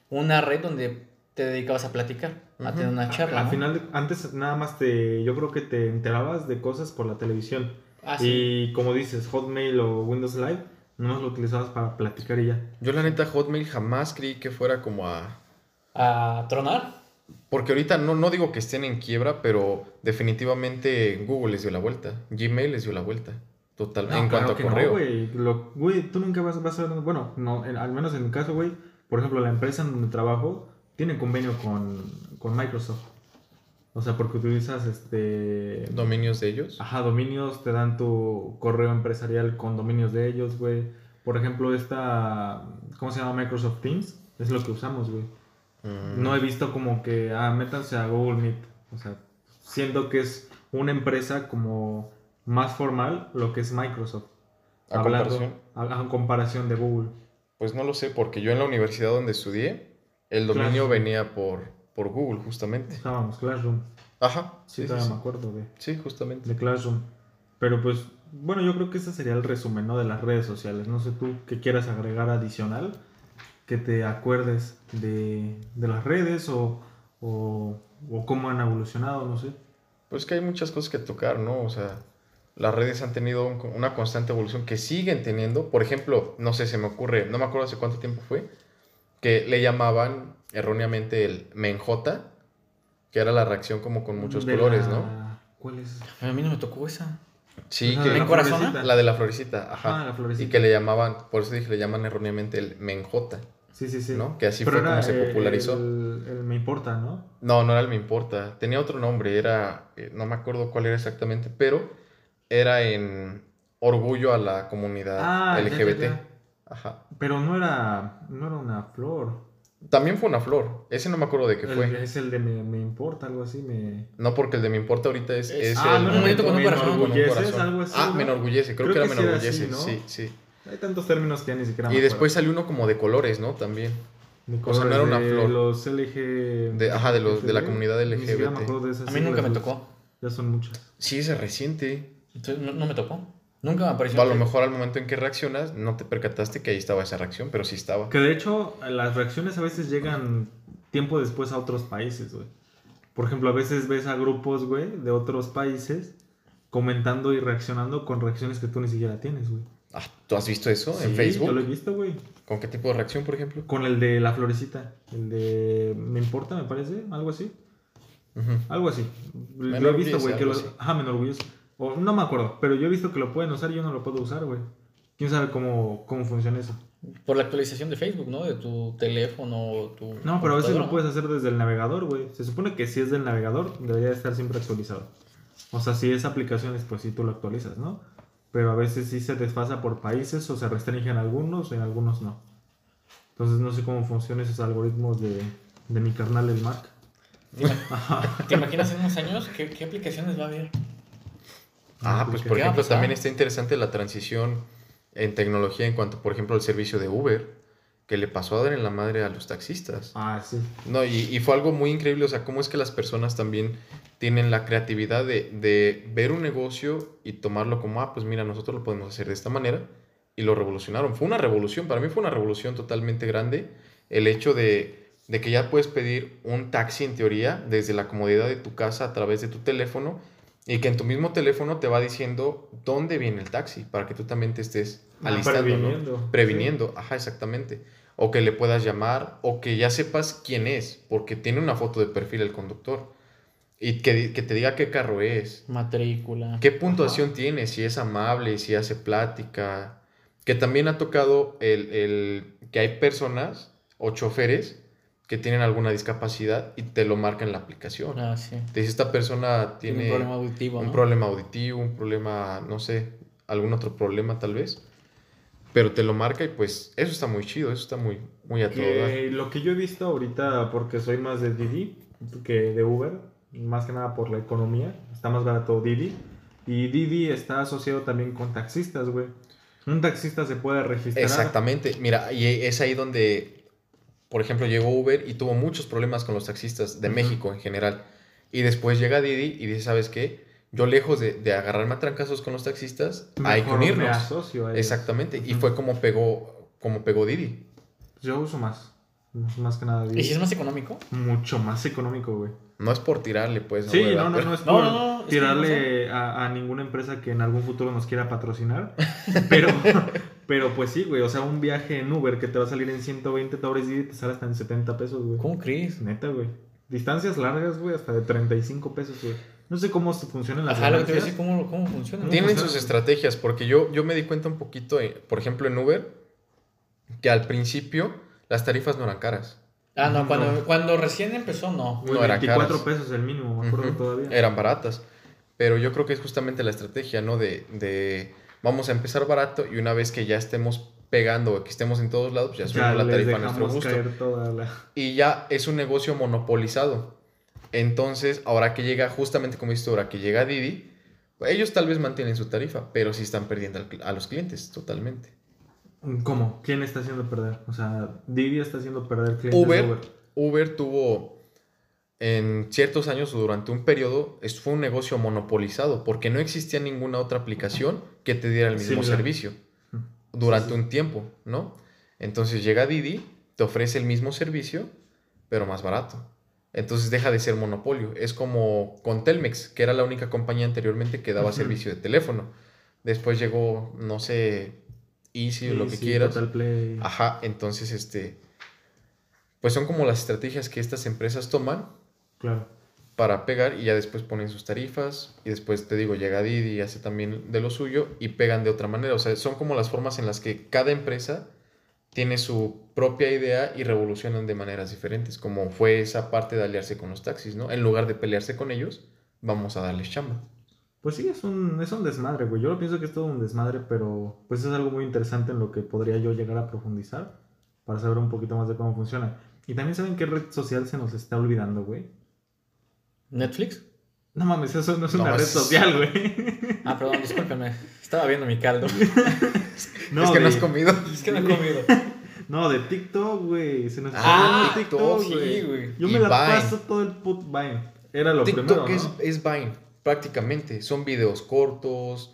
Speaker 2: una red donde te dedicabas a platicar, a
Speaker 1: Ujú.
Speaker 2: tener una charla.
Speaker 3: Al
Speaker 2: ¿no?
Speaker 3: final, antes nada más te... Yo creo que te enterabas de cosas por la televisión.
Speaker 2: Ah, sí.
Speaker 3: Y como dices, Hotmail o Windows Live, nomás lo utilizabas para platicar y ya.
Speaker 1: Yo la neta Hotmail jamás creí que fuera como a...
Speaker 2: A tronar.
Speaker 1: Porque ahorita no, no digo que estén en quiebra, pero definitivamente Google les dio la vuelta, Gmail les dio la vuelta, total, en
Speaker 3: claro
Speaker 1: cuanto
Speaker 3: que
Speaker 1: a correo.
Speaker 3: No, güey. Lo- güey, tú nunca vas, vas a ver. Bueno, no, en- al menos en mi caso, güey. Por ejemplo, la empresa en donde trabajo tiene convenio con, con Microsoft. O sea, porque utilizas este.
Speaker 1: Dominios de ellos.
Speaker 3: Ajá, dominios, te dan tu correo empresarial con dominios de ellos, güey. Por ejemplo, esta. ¿Cómo se llama? Microsoft Teams. Es lo que usamos, güey.
Speaker 1: Mm.
Speaker 3: No he visto como que, ah, métanse a Google Meet. O sea, siento que es una empresa como más formal lo que es Microsoft.
Speaker 1: A comparación.
Speaker 3: A, a comparación de Google.
Speaker 1: Pues no lo sé, porque yo en la universidad donde estudié, el dominio
Speaker 3: Claro.
Speaker 1: venía por, por Google, justamente.
Speaker 3: Estábamos Classroom.
Speaker 1: Ajá,
Speaker 3: Sí,
Speaker 1: sí, sí,
Speaker 3: todavía
Speaker 1: sí.
Speaker 3: me acuerdo de,
Speaker 1: Sí, justamente.
Speaker 3: de Classroom. Pero pues, bueno, yo creo que ese sería el resumen, ¿no? De las redes sociales. No sé tú qué quieras agregar adicional, que te acuerdes de, de las redes o, o O cómo han evolucionado, no sé.
Speaker 1: Pues que hay muchas cosas que tocar, ¿no? O sea, las redes han tenido un- una constante evolución que siguen teniendo. Por ejemplo, no sé, se me ocurre, no me acuerdo hace cuánto tiempo fue, que le llamaban erróneamente el menjota, que era la reacción como con muchos
Speaker 3: De
Speaker 1: colores,
Speaker 3: la-
Speaker 1: ¿no?
Speaker 3: ¿Cuál es?
Speaker 2: A mí no me tocó esa.
Speaker 1: Sí,
Speaker 3: Esa
Speaker 1: que...
Speaker 3: de la
Speaker 2: ¿En corazón?
Speaker 3: florecita.
Speaker 1: La de la florecita, ajá.
Speaker 3: Ah, la
Speaker 1: y
Speaker 3: florecita.
Speaker 1: que le llamaban, por eso dije, le llaman erróneamente el menjota,
Speaker 3: Sí, sí, sí.
Speaker 1: ¿no? Que así
Speaker 3: Pero
Speaker 1: fue como
Speaker 3: era
Speaker 1: se
Speaker 3: el-
Speaker 1: popularizó.
Speaker 3: El, el me importa, ¿no?
Speaker 1: No, no era el Me Importa. Tenía otro nombre, era. eh, No me acuerdo cuál era exactamente, pero era en orgullo a la comunidad
Speaker 3: Ah, ya, ya,
Speaker 1: LGBT.
Speaker 3: ya.
Speaker 1: Ajá.
Speaker 3: Pero no era, no era una flor.
Speaker 1: También fue una flor. Ese no me acuerdo de qué
Speaker 3: El-
Speaker 1: fue.
Speaker 3: es el de me, me importa, algo así. Me...
Speaker 1: No, porque el de Me Importa ahorita es.
Speaker 2: Es-
Speaker 1: es
Speaker 2: Ah,
Speaker 1: el
Speaker 2: no, un momento con un
Speaker 1: Me
Speaker 2: corazón.
Speaker 1: Enorgullece,
Speaker 3: Enorgulleces, algo así,
Speaker 1: Ah,
Speaker 3: ¿no?
Speaker 1: me enorgullece. Creo,
Speaker 3: Creo
Speaker 1: que era
Speaker 3: que
Speaker 1: me
Speaker 3: sí era
Speaker 1: enorgullece.
Speaker 3: así, ¿no?
Speaker 1: Sí, sí.
Speaker 3: Hay tantos términos que ya ni siquiera.
Speaker 1: Y después salió uno como de colores, ¿no? También.
Speaker 3: o
Speaker 1: o sea, no era una flor.
Speaker 3: los LG.
Speaker 1: De- ajá, de los- de la comunidad
Speaker 3: Ni siquiera me
Speaker 1: LGBT.
Speaker 3: acuerdo de esas
Speaker 2: A mí nunca me
Speaker 3: siglas,
Speaker 2: tocó.
Speaker 3: Ya son muchas.
Speaker 1: Sí, ese reciente.
Speaker 2: Entonces, no, no me tocó. Nunca me apareció.
Speaker 1: O a lo mejor al momento en que reaccionas, no te percataste que ahí estaba esa reacción, pero sí estaba.
Speaker 3: Que de hecho, las reacciones a veces llegan tiempo después a otros países, güey. Por ejemplo, a veces ves a grupos, güey, de otros países comentando y reaccionando con reacciones que tú ni siquiera tienes, güey.
Speaker 1: Ah, ¿Tú has visto eso
Speaker 3: Sí,
Speaker 1: en Facebook?
Speaker 3: Yo lo he visto, güey.
Speaker 1: ¿Con qué tipo de reacción, por ejemplo?
Speaker 3: Con el de la florecita. El de. Me importa, me parece. Algo así.
Speaker 1: Ujú.
Speaker 3: Algo así.
Speaker 1: Me
Speaker 3: lo he visto, güey.
Speaker 1: enorgullece,
Speaker 3: Que lo...
Speaker 1: algo así.
Speaker 3: Ajá, me enorgullece. O, no me acuerdo, pero yo he visto que lo pueden usar y yo no lo puedo usar, güey. ¿Quién sabe cómo, cómo funciona eso?
Speaker 2: Por la actualización de Facebook, ¿no? De tu teléfono o tu.
Speaker 3: No, pero a veces lo
Speaker 2: computadora,
Speaker 3: puedes hacer desde el navegador, güey. Se supone que si es del navegador, debería estar siempre actualizado. O sea, si es aplicaciones, pues sí tú lo actualizas, ¿no? Pero a veces sí se desfasa por países o se restringen algunos, en algunos no. Entonces no sé cómo funcionan esos algoritmos de, de mi carnal el Mac.
Speaker 2: ¿no? ¿Te imaginas en unos años qué, qué aplicaciones va a haber?
Speaker 1: Ah, pues por
Speaker 2: ¿Qué va a
Speaker 1: ejemplo,
Speaker 2: pasar?
Speaker 1: también está interesante la transición en tecnología en cuanto, por ejemplo, al servicio de Uber, que le pasó a dar en la madre a los taxistas.
Speaker 3: Ah, sí.
Speaker 1: No, y, y fue algo muy increíble, o sea, cómo es que las personas también tienen la creatividad de, de ver un negocio y tomarlo como, ah, pues mira, nosotros lo podemos hacer de esta manera, y lo revolucionaron. Fue una revolución, para mí fue una revolución totalmente grande el hecho de, de que ya puedes pedir un taxi en teoría desde la comodidad de tu casa a través de tu teléfono y que en tu mismo teléfono te va diciendo dónde viene el taxi para que tú también te estés
Speaker 3: Ah,
Speaker 1: alistando, ¿no? previniendo, ajá, exactamente. O que le puedas llamar, o que ya sepas quién es, porque tiene una foto de perfil el conductor. Y que, di- que te diga qué carro es,
Speaker 2: Matrícula.
Speaker 1: qué puntuación tiene, si es amable, si hace plática. Que también ha tocado el, el que hay personas o choferes que tienen alguna discapacidad y te lo marca en la aplicación.
Speaker 2: Ah, sí.
Speaker 1: Te dice, esta persona tiene,
Speaker 2: Tiene un problema auditivo.
Speaker 1: un
Speaker 2: ¿no?
Speaker 1: problema auditivo, un problema, no sé, algún otro problema tal vez. Pero te lo marca y pues eso está muy chido, eso está muy, muy a todo dar.
Speaker 3: Que lo que yo he visto ahorita, porque soy más de Didi que de Uber, más que nada por la economía, está más barato Didi. Y Didi está asociado también con taxistas, güey. Un taxista se puede registrar.
Speaker 1: Exactamente, mira, y es ahí donde, por ejemplo, llegó Uber y tuvo muchos problemas con los taxistas de
Speaker 3: Ujú.
Speaker 1: México en general. Y después llega Didi y dice, ¿sabes qué? Yo lejos de, de agarrarme a trancazos con los taxistas, hay que
Speaker 3: Mejor me
Speaker 1: unirnos.
Speaker 3: asocio a ellos.
Speaker 1: Exactamente, y
Speaker 3: Ujú.
Speaker 1: fue como pegó, como pegó Didi.
Speaker 3: Yo uso más. Más que nada Didi.
Speaker 2: ¿Y si es más económico?
Speaker 3: Mucho más económico, güey.
Speaker 1: No es por tirarle, pues. a
Speaker 3: Sí,
Speaker 1: Uber,
Speaker 3: no, no,
Speaker 1: pero-
Speaker 3: no es
Speaker 2: No,
Speaker 3: por
Speaker 2: no, no, es que
Speaker 3: tirarle a, a ninguna empresa que en algún futuro nos quiera patrocinar. Pero, pero pues sí, güey. O sea, un viaje en Uber que te va a salir en 120 dólares y te sale hasta en 70 pesos, güey.
Speaker 2: ¿Cómo crees?
Speaker 3: Neta, güey. Distancias largas, güey, hasta de 35 pesos, güey. No sé cómo se funcionan las
Speaker 2: Ajá, lo que te voy a
Speaker 3: distancias.
Speaker 2: decir, ¿cómo, cómo funciona?
Speaker 3: ¿Cómo
Speaker 1: Tienen
Speaker 3: funciona?
Speaker 1: sus estrategias, porque yo, yo me di cuenta un poquito, eh, por ejemplo, en Uber, que al principio las tarifas no eran caras.
Speaker 2: Ah, no, cuando,
Speaker 3: No.
Speaker 2: cuando recién empezó, no.
Speaker 3: Güey,
Speaker 1: no eran
Speaker 3: 24
Speaker 1: caras.
Speaker 3: pesos el mínimo, me acuerdo
Speaker 1: Ujú.
Speaker 3: todavía.
Speaker 1: Eran baratas. Pero yo creo que es justamente la estrategia, ¿no? De, de vamos a empezar barato y una vez que ya estemos pegando o que estemos en todos lados, pues ya subimos la
Speaker 3: les
Speaker 1: tarifa a
Speaker 3: dejamos
Speaker 1: nuestro gusto.
Speaker 3: caer toda la...
Speaker 1: Y ya es un negocio monopolizado. Entonces, ahora que llega, justamente como dices tú, ahora que llega Didi, ellos tal vez mantienen su tarifa, pero sí están perdiendo al cl- a los clientes totalmente.
Speaker 3: ¿Cómo? ¿Quién está haciendo perder? O sea, Didi está haciendo perder clientes.
Speaker 1: Uber,
Speaker 3: de
Speaker 1: Uber tuvo en ciertos años o durante un periodo, es- fue un negocio monopolizado porque no existía ninguna otra aplicación que te diera el mismo
Speaker 3: Similar.
Speaker 1: servicio
Speaker 3: Ujú.
Speaker 1: durante
Speaker 3: Sí,
Speaker 1: un tiempo, ¿no? Entonces llega Didi, te ofrece el mismo servicio, pero más barato. Entonces deja de ser monopolio. Es como con Telmex, que era la única compañía anteriormente que daba
Speaker 3: Ujú.
Speaker 1: servicio de teléfono. Después llegó, no sé, Easy o lo que
Speaker 3: sí,
Speaker 1: quieras. Ah.
Speaker 3: Total Play.
Speaker 1: Ajá, entonces este. Pues son como las estrategias que estas empresas toman
Speaker 3: Claro.
Speaker 1: para pegar y ya después ponen sus tarifas y después te digo llega Didi y hace también de lo suyo y pegan de otra manera o sea son como las formas en las que cada empresa tiene su propia idea y revolucionan de maneras diferentes como fue esa parte de aliarse con los taxis no en lugar de pelearse con ellos vamos a darles chamba
Speaker 3: Pues sí, es un, es un desmadre, güey. Yo lo pienso que es todo un desmadre, pero pues es algo muy interesante en lo que podría yo llegar a profundizar para saber un poquito más de cómo funciona. Y también saben qué red social se nos está olvidando, güey.
Speaker 2: ¿Netflix?
Speaker 3: No mames, eso no es
Speaker 1: No,
Speaker 3: una red
Speaker 1: es-
Speaker 3: social, güey.
Speaker 2: Ah, perdón, discúlpenme. Estaba viendo mi caldo.
Speaker 1: es que
Speaker 3: de,
Speaker 1: no has comido
Speaker 2: Es que no he comido.
Speaker 3: no, de TikTok, güey. Se nos está
Speaker 2: Ah,
Speaker 3: olvidando TikTok,
Speaker 1: TikTok,
Speaker 2: Sí,
Speaker 3: güey.
Speaker 2: güey.
Speaker 3: Yo me
Speaker 1: Y Vine.
Speaker 3: la paso todo el put Vine. Era lo primero,
Speaker 1: TikTok
Speaker 3: ¿no?
Speaker 1: es, es Vine prácticamente son videos cortos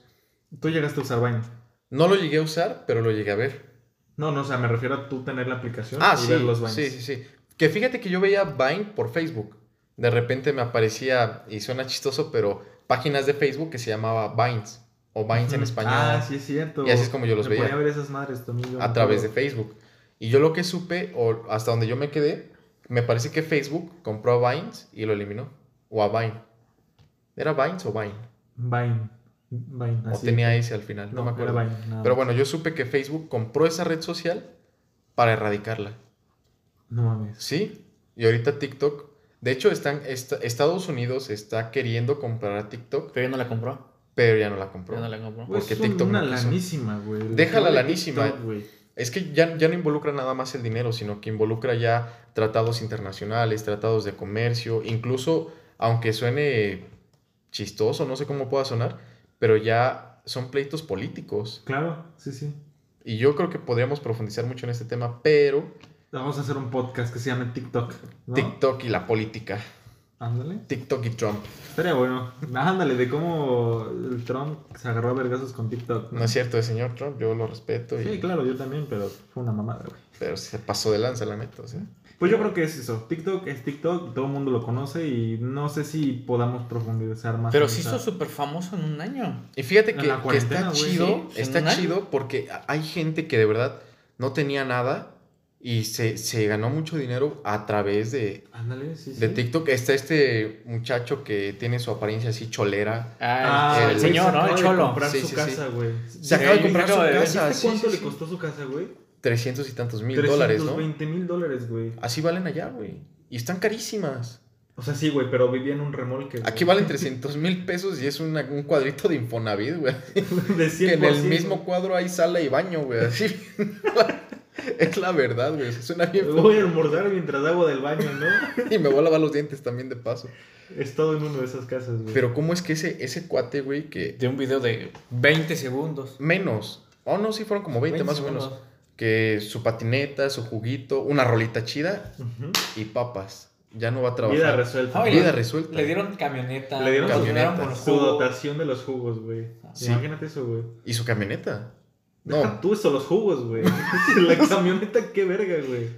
Speaker 3: Tú llegaste a usar Vine.
Speaker 1: no lo llegué a usar pero lo llegué a ver
Speaker 3: No, no, o sea, me refiero a tú tener la aplicación
Speaker 1: Ah,
Speaker 3: y
Speaker 1: sí,
Speaker 3: ver los Vines.
Speaker 1: sí, sí, sí. Que fíjate que yo veía Vine por Facebook. De repente me aparecía, y suena chistoso, pero páginas de Facebook que se llamaba Vines o Vines en
Speaker 3: Ujú.
Speaker 1: español
Speaker 3: Ah, sí, es cierto.
Speaker 1: Y así es como yo los
Speaker 3: Me
Speaker 1: veía.
Speaker 3: Ponía a ver esas madres también. yo me
Speaker 1: a través de
Speaker 3: acuerdo.
Speaker 1: Facebook. Y yo lo que supe, o hasta donde yo me quedé, me parece que Facebook compró a Vines y lo eliminó. O a Vine. ¿Era Vines o Vine?
Speaker 3: Vine. Vine.
Speaker 1: O
Speaker 3: así.
Speaker 1: tenía ese al final, no,
Speaker 3: Ah,
Speaker 1: me
Speaker 3: No,
Speaker 1: acuerdo.
Speaker 3: era Vine, nada
Speaker 1: Pero
Speaker 3: más.
Speaker 1: bueno, yo supe que Facebook compró esa red social para erradicarla.
Speaker 3: No mames.
Speaker 1: Sí, y ahorita TikTok. De hecho, están, est- Estados Unidos está queriendo comprar a TikTok,
Speaker 2: Pero ya no la compró.
Speaker 1: pero ya no la compró.
Speaker 2: Ya no la compró.
Speaker 1: Porque
Speaker 3: es un-
Speaker 1: TikTok
Speaker 3: una
Speaker 1: no quiso.
Speaker 3: lanísima, güey. El
Speaker 1: Deja la
Speaker 3: tema de
Speaker 1: lanísima.
Speaker 3: TikTok, güey.
Speaker 1: Es que ya, ya no involucra nada más el dinero, sino que involucra ya tratados internacionales, tratados de comercio, incluso, aunque suene chistoso, no sé cómo pueda sonar, pero ya son pleitos políticos.
Speaker 3: Claro, sí, sí.
Speaker 1: Y yo creo que podríamos profundizar mucho en este tema, pero
Speaker 3: Vamos a hacer un podcast que se llame TikTok. ¿no?
Speaker 1: TikTok y la política.
Speaker 3: Ándale.
Speaker 1: TikTok y Trump.
Speaker 3: Estaría bueno. Ándale, de cómo el Trump se agarró a vergazos con TikTok.
Speaker 1: No es cierto, el señor Trump, yo lo respeto, y-
Speaker 3: Sí, claro, yo también, pero fue una mamada, güey.
Speaker 1: pero se pasó de lanza, la neta. O sea.
Speaker 3: Pues yo creo que es eso. TikTok es TikTok, todo el mundo lo conoce y no sé si podamos profundizar más.
Speaker 2: Pero
Speaker 3: en
Speaker 2: sí
Speaker 3: esa-
Speaker 2: hizo súper famoso en un año.
Speaker 1: Y fíjate
Speaker 3: En
Speaker 1: que,
Speaker 3: la
Speaker 1: que
Speaker 3: cuarentena,
Speaker 1: está
Speaker 2: Sí,
Speaker 3: güey.
Speaker 1: chido,
Speaker 2: pues, en un
Speaker 1: está
Speaker 2: año.
Speaker 1: chido porque a- hay gente que de verdad no tenía nada y se, se ganó mucho dinero a través de,
Speaker 3: Ándale, sí, sí.
Speaker 1: de TikTok. Está este muchacho que tiene su apariencia así cholera.
Speaker 2: Ah,
Speaker 3: Ah,
Speaker 2: el,
Speaker 1: el-
Speaker 3: güey,
Speaker 2: señor,
Speaker 3: se
Speaker 2: ¿no?
Speaker 3: acaba
Speaker 2: El
Speaker 3: de
Speaker 2: cholo.
Speaker 3: comprar
Speaker 1: Sí,
Speaker 3: su
Speaker 1: sí,
Speaker 3: casa, güey.
Speaker 1: Se acaba de
Speaker 2: yo
Speaker 1: comprar su
Speaker 2: acabo de ver.
Speaker 1: casa.
Speaker 3: ¿Viste
Speaker 1: sí,
Speaker 3: cuánto
Speaker 1: sí,
Speaker 3: le
Speaker 1: sí.
Speaker 3: costó su casa, güey?
Speaker 1: 300 y tantos mil dólares, ¿no?
Speaker 3: 20 mil dólares, güey.
Speaker 1: Así valen allá, güey. Y están carísimas.
Speaker 3: O sea, sí, güey, pero vivía en un remolque. güey.
Speaker 1: Aquí valen 300 mil pesos y es una- un cuadrito de Infonavit, güey.
Speaker 3: De 100
Speaker 1: Que en el mismo cuadro hay sala y baño, güey. Así. es la verdad, güey. Suena bien. feo.
Speaker 3: Voy a almorzar mientras hago del baño, ¿no?
Speaker 1: Y me voy a lavar los dientes también de paso.
Speaker 3: He estado en una de esas casas, güey.
Speaker 1: Pero ¿cómo es que ese, ese cuate, güey, que...
Speaker 2: De un video de 20 segundos.
Speaker 1: Menos. Oh, no, sí, fueron como 20, más o menos.
Speaker 2: segundos.
Speaker 1: Que su patineta, su juguito, una rolita chida
Speaker 3: Ujú.
Speaker 1: y papas. Ya no va a trabajar.
Speaker 3: Vida
Speaker 1: Vida,
Speaker 3: resuelta.
Speaker 2: Ay,
Speaker 3: Vida-
Speaker 1: resuelta.
Speaker 2: Le dieron camioneta.
Speaker 3: Le dieron
Speaker 2: los
Speaker 1: camioneta.
Speaker 2: llenaron con
Speaker 3: Su
Speaker 2: jugo.
Speaker 3: dotación de los jugos, güey.
Speaker 1: Sí.
Speaker 3: Imagínate eso, güey.
Speaker 1: Y su camioneta.
Speaker 3: No.
Speaker 1: No,
Speaker 3: tú eso, los jugos, güey. La camioneta, qué verga, güey.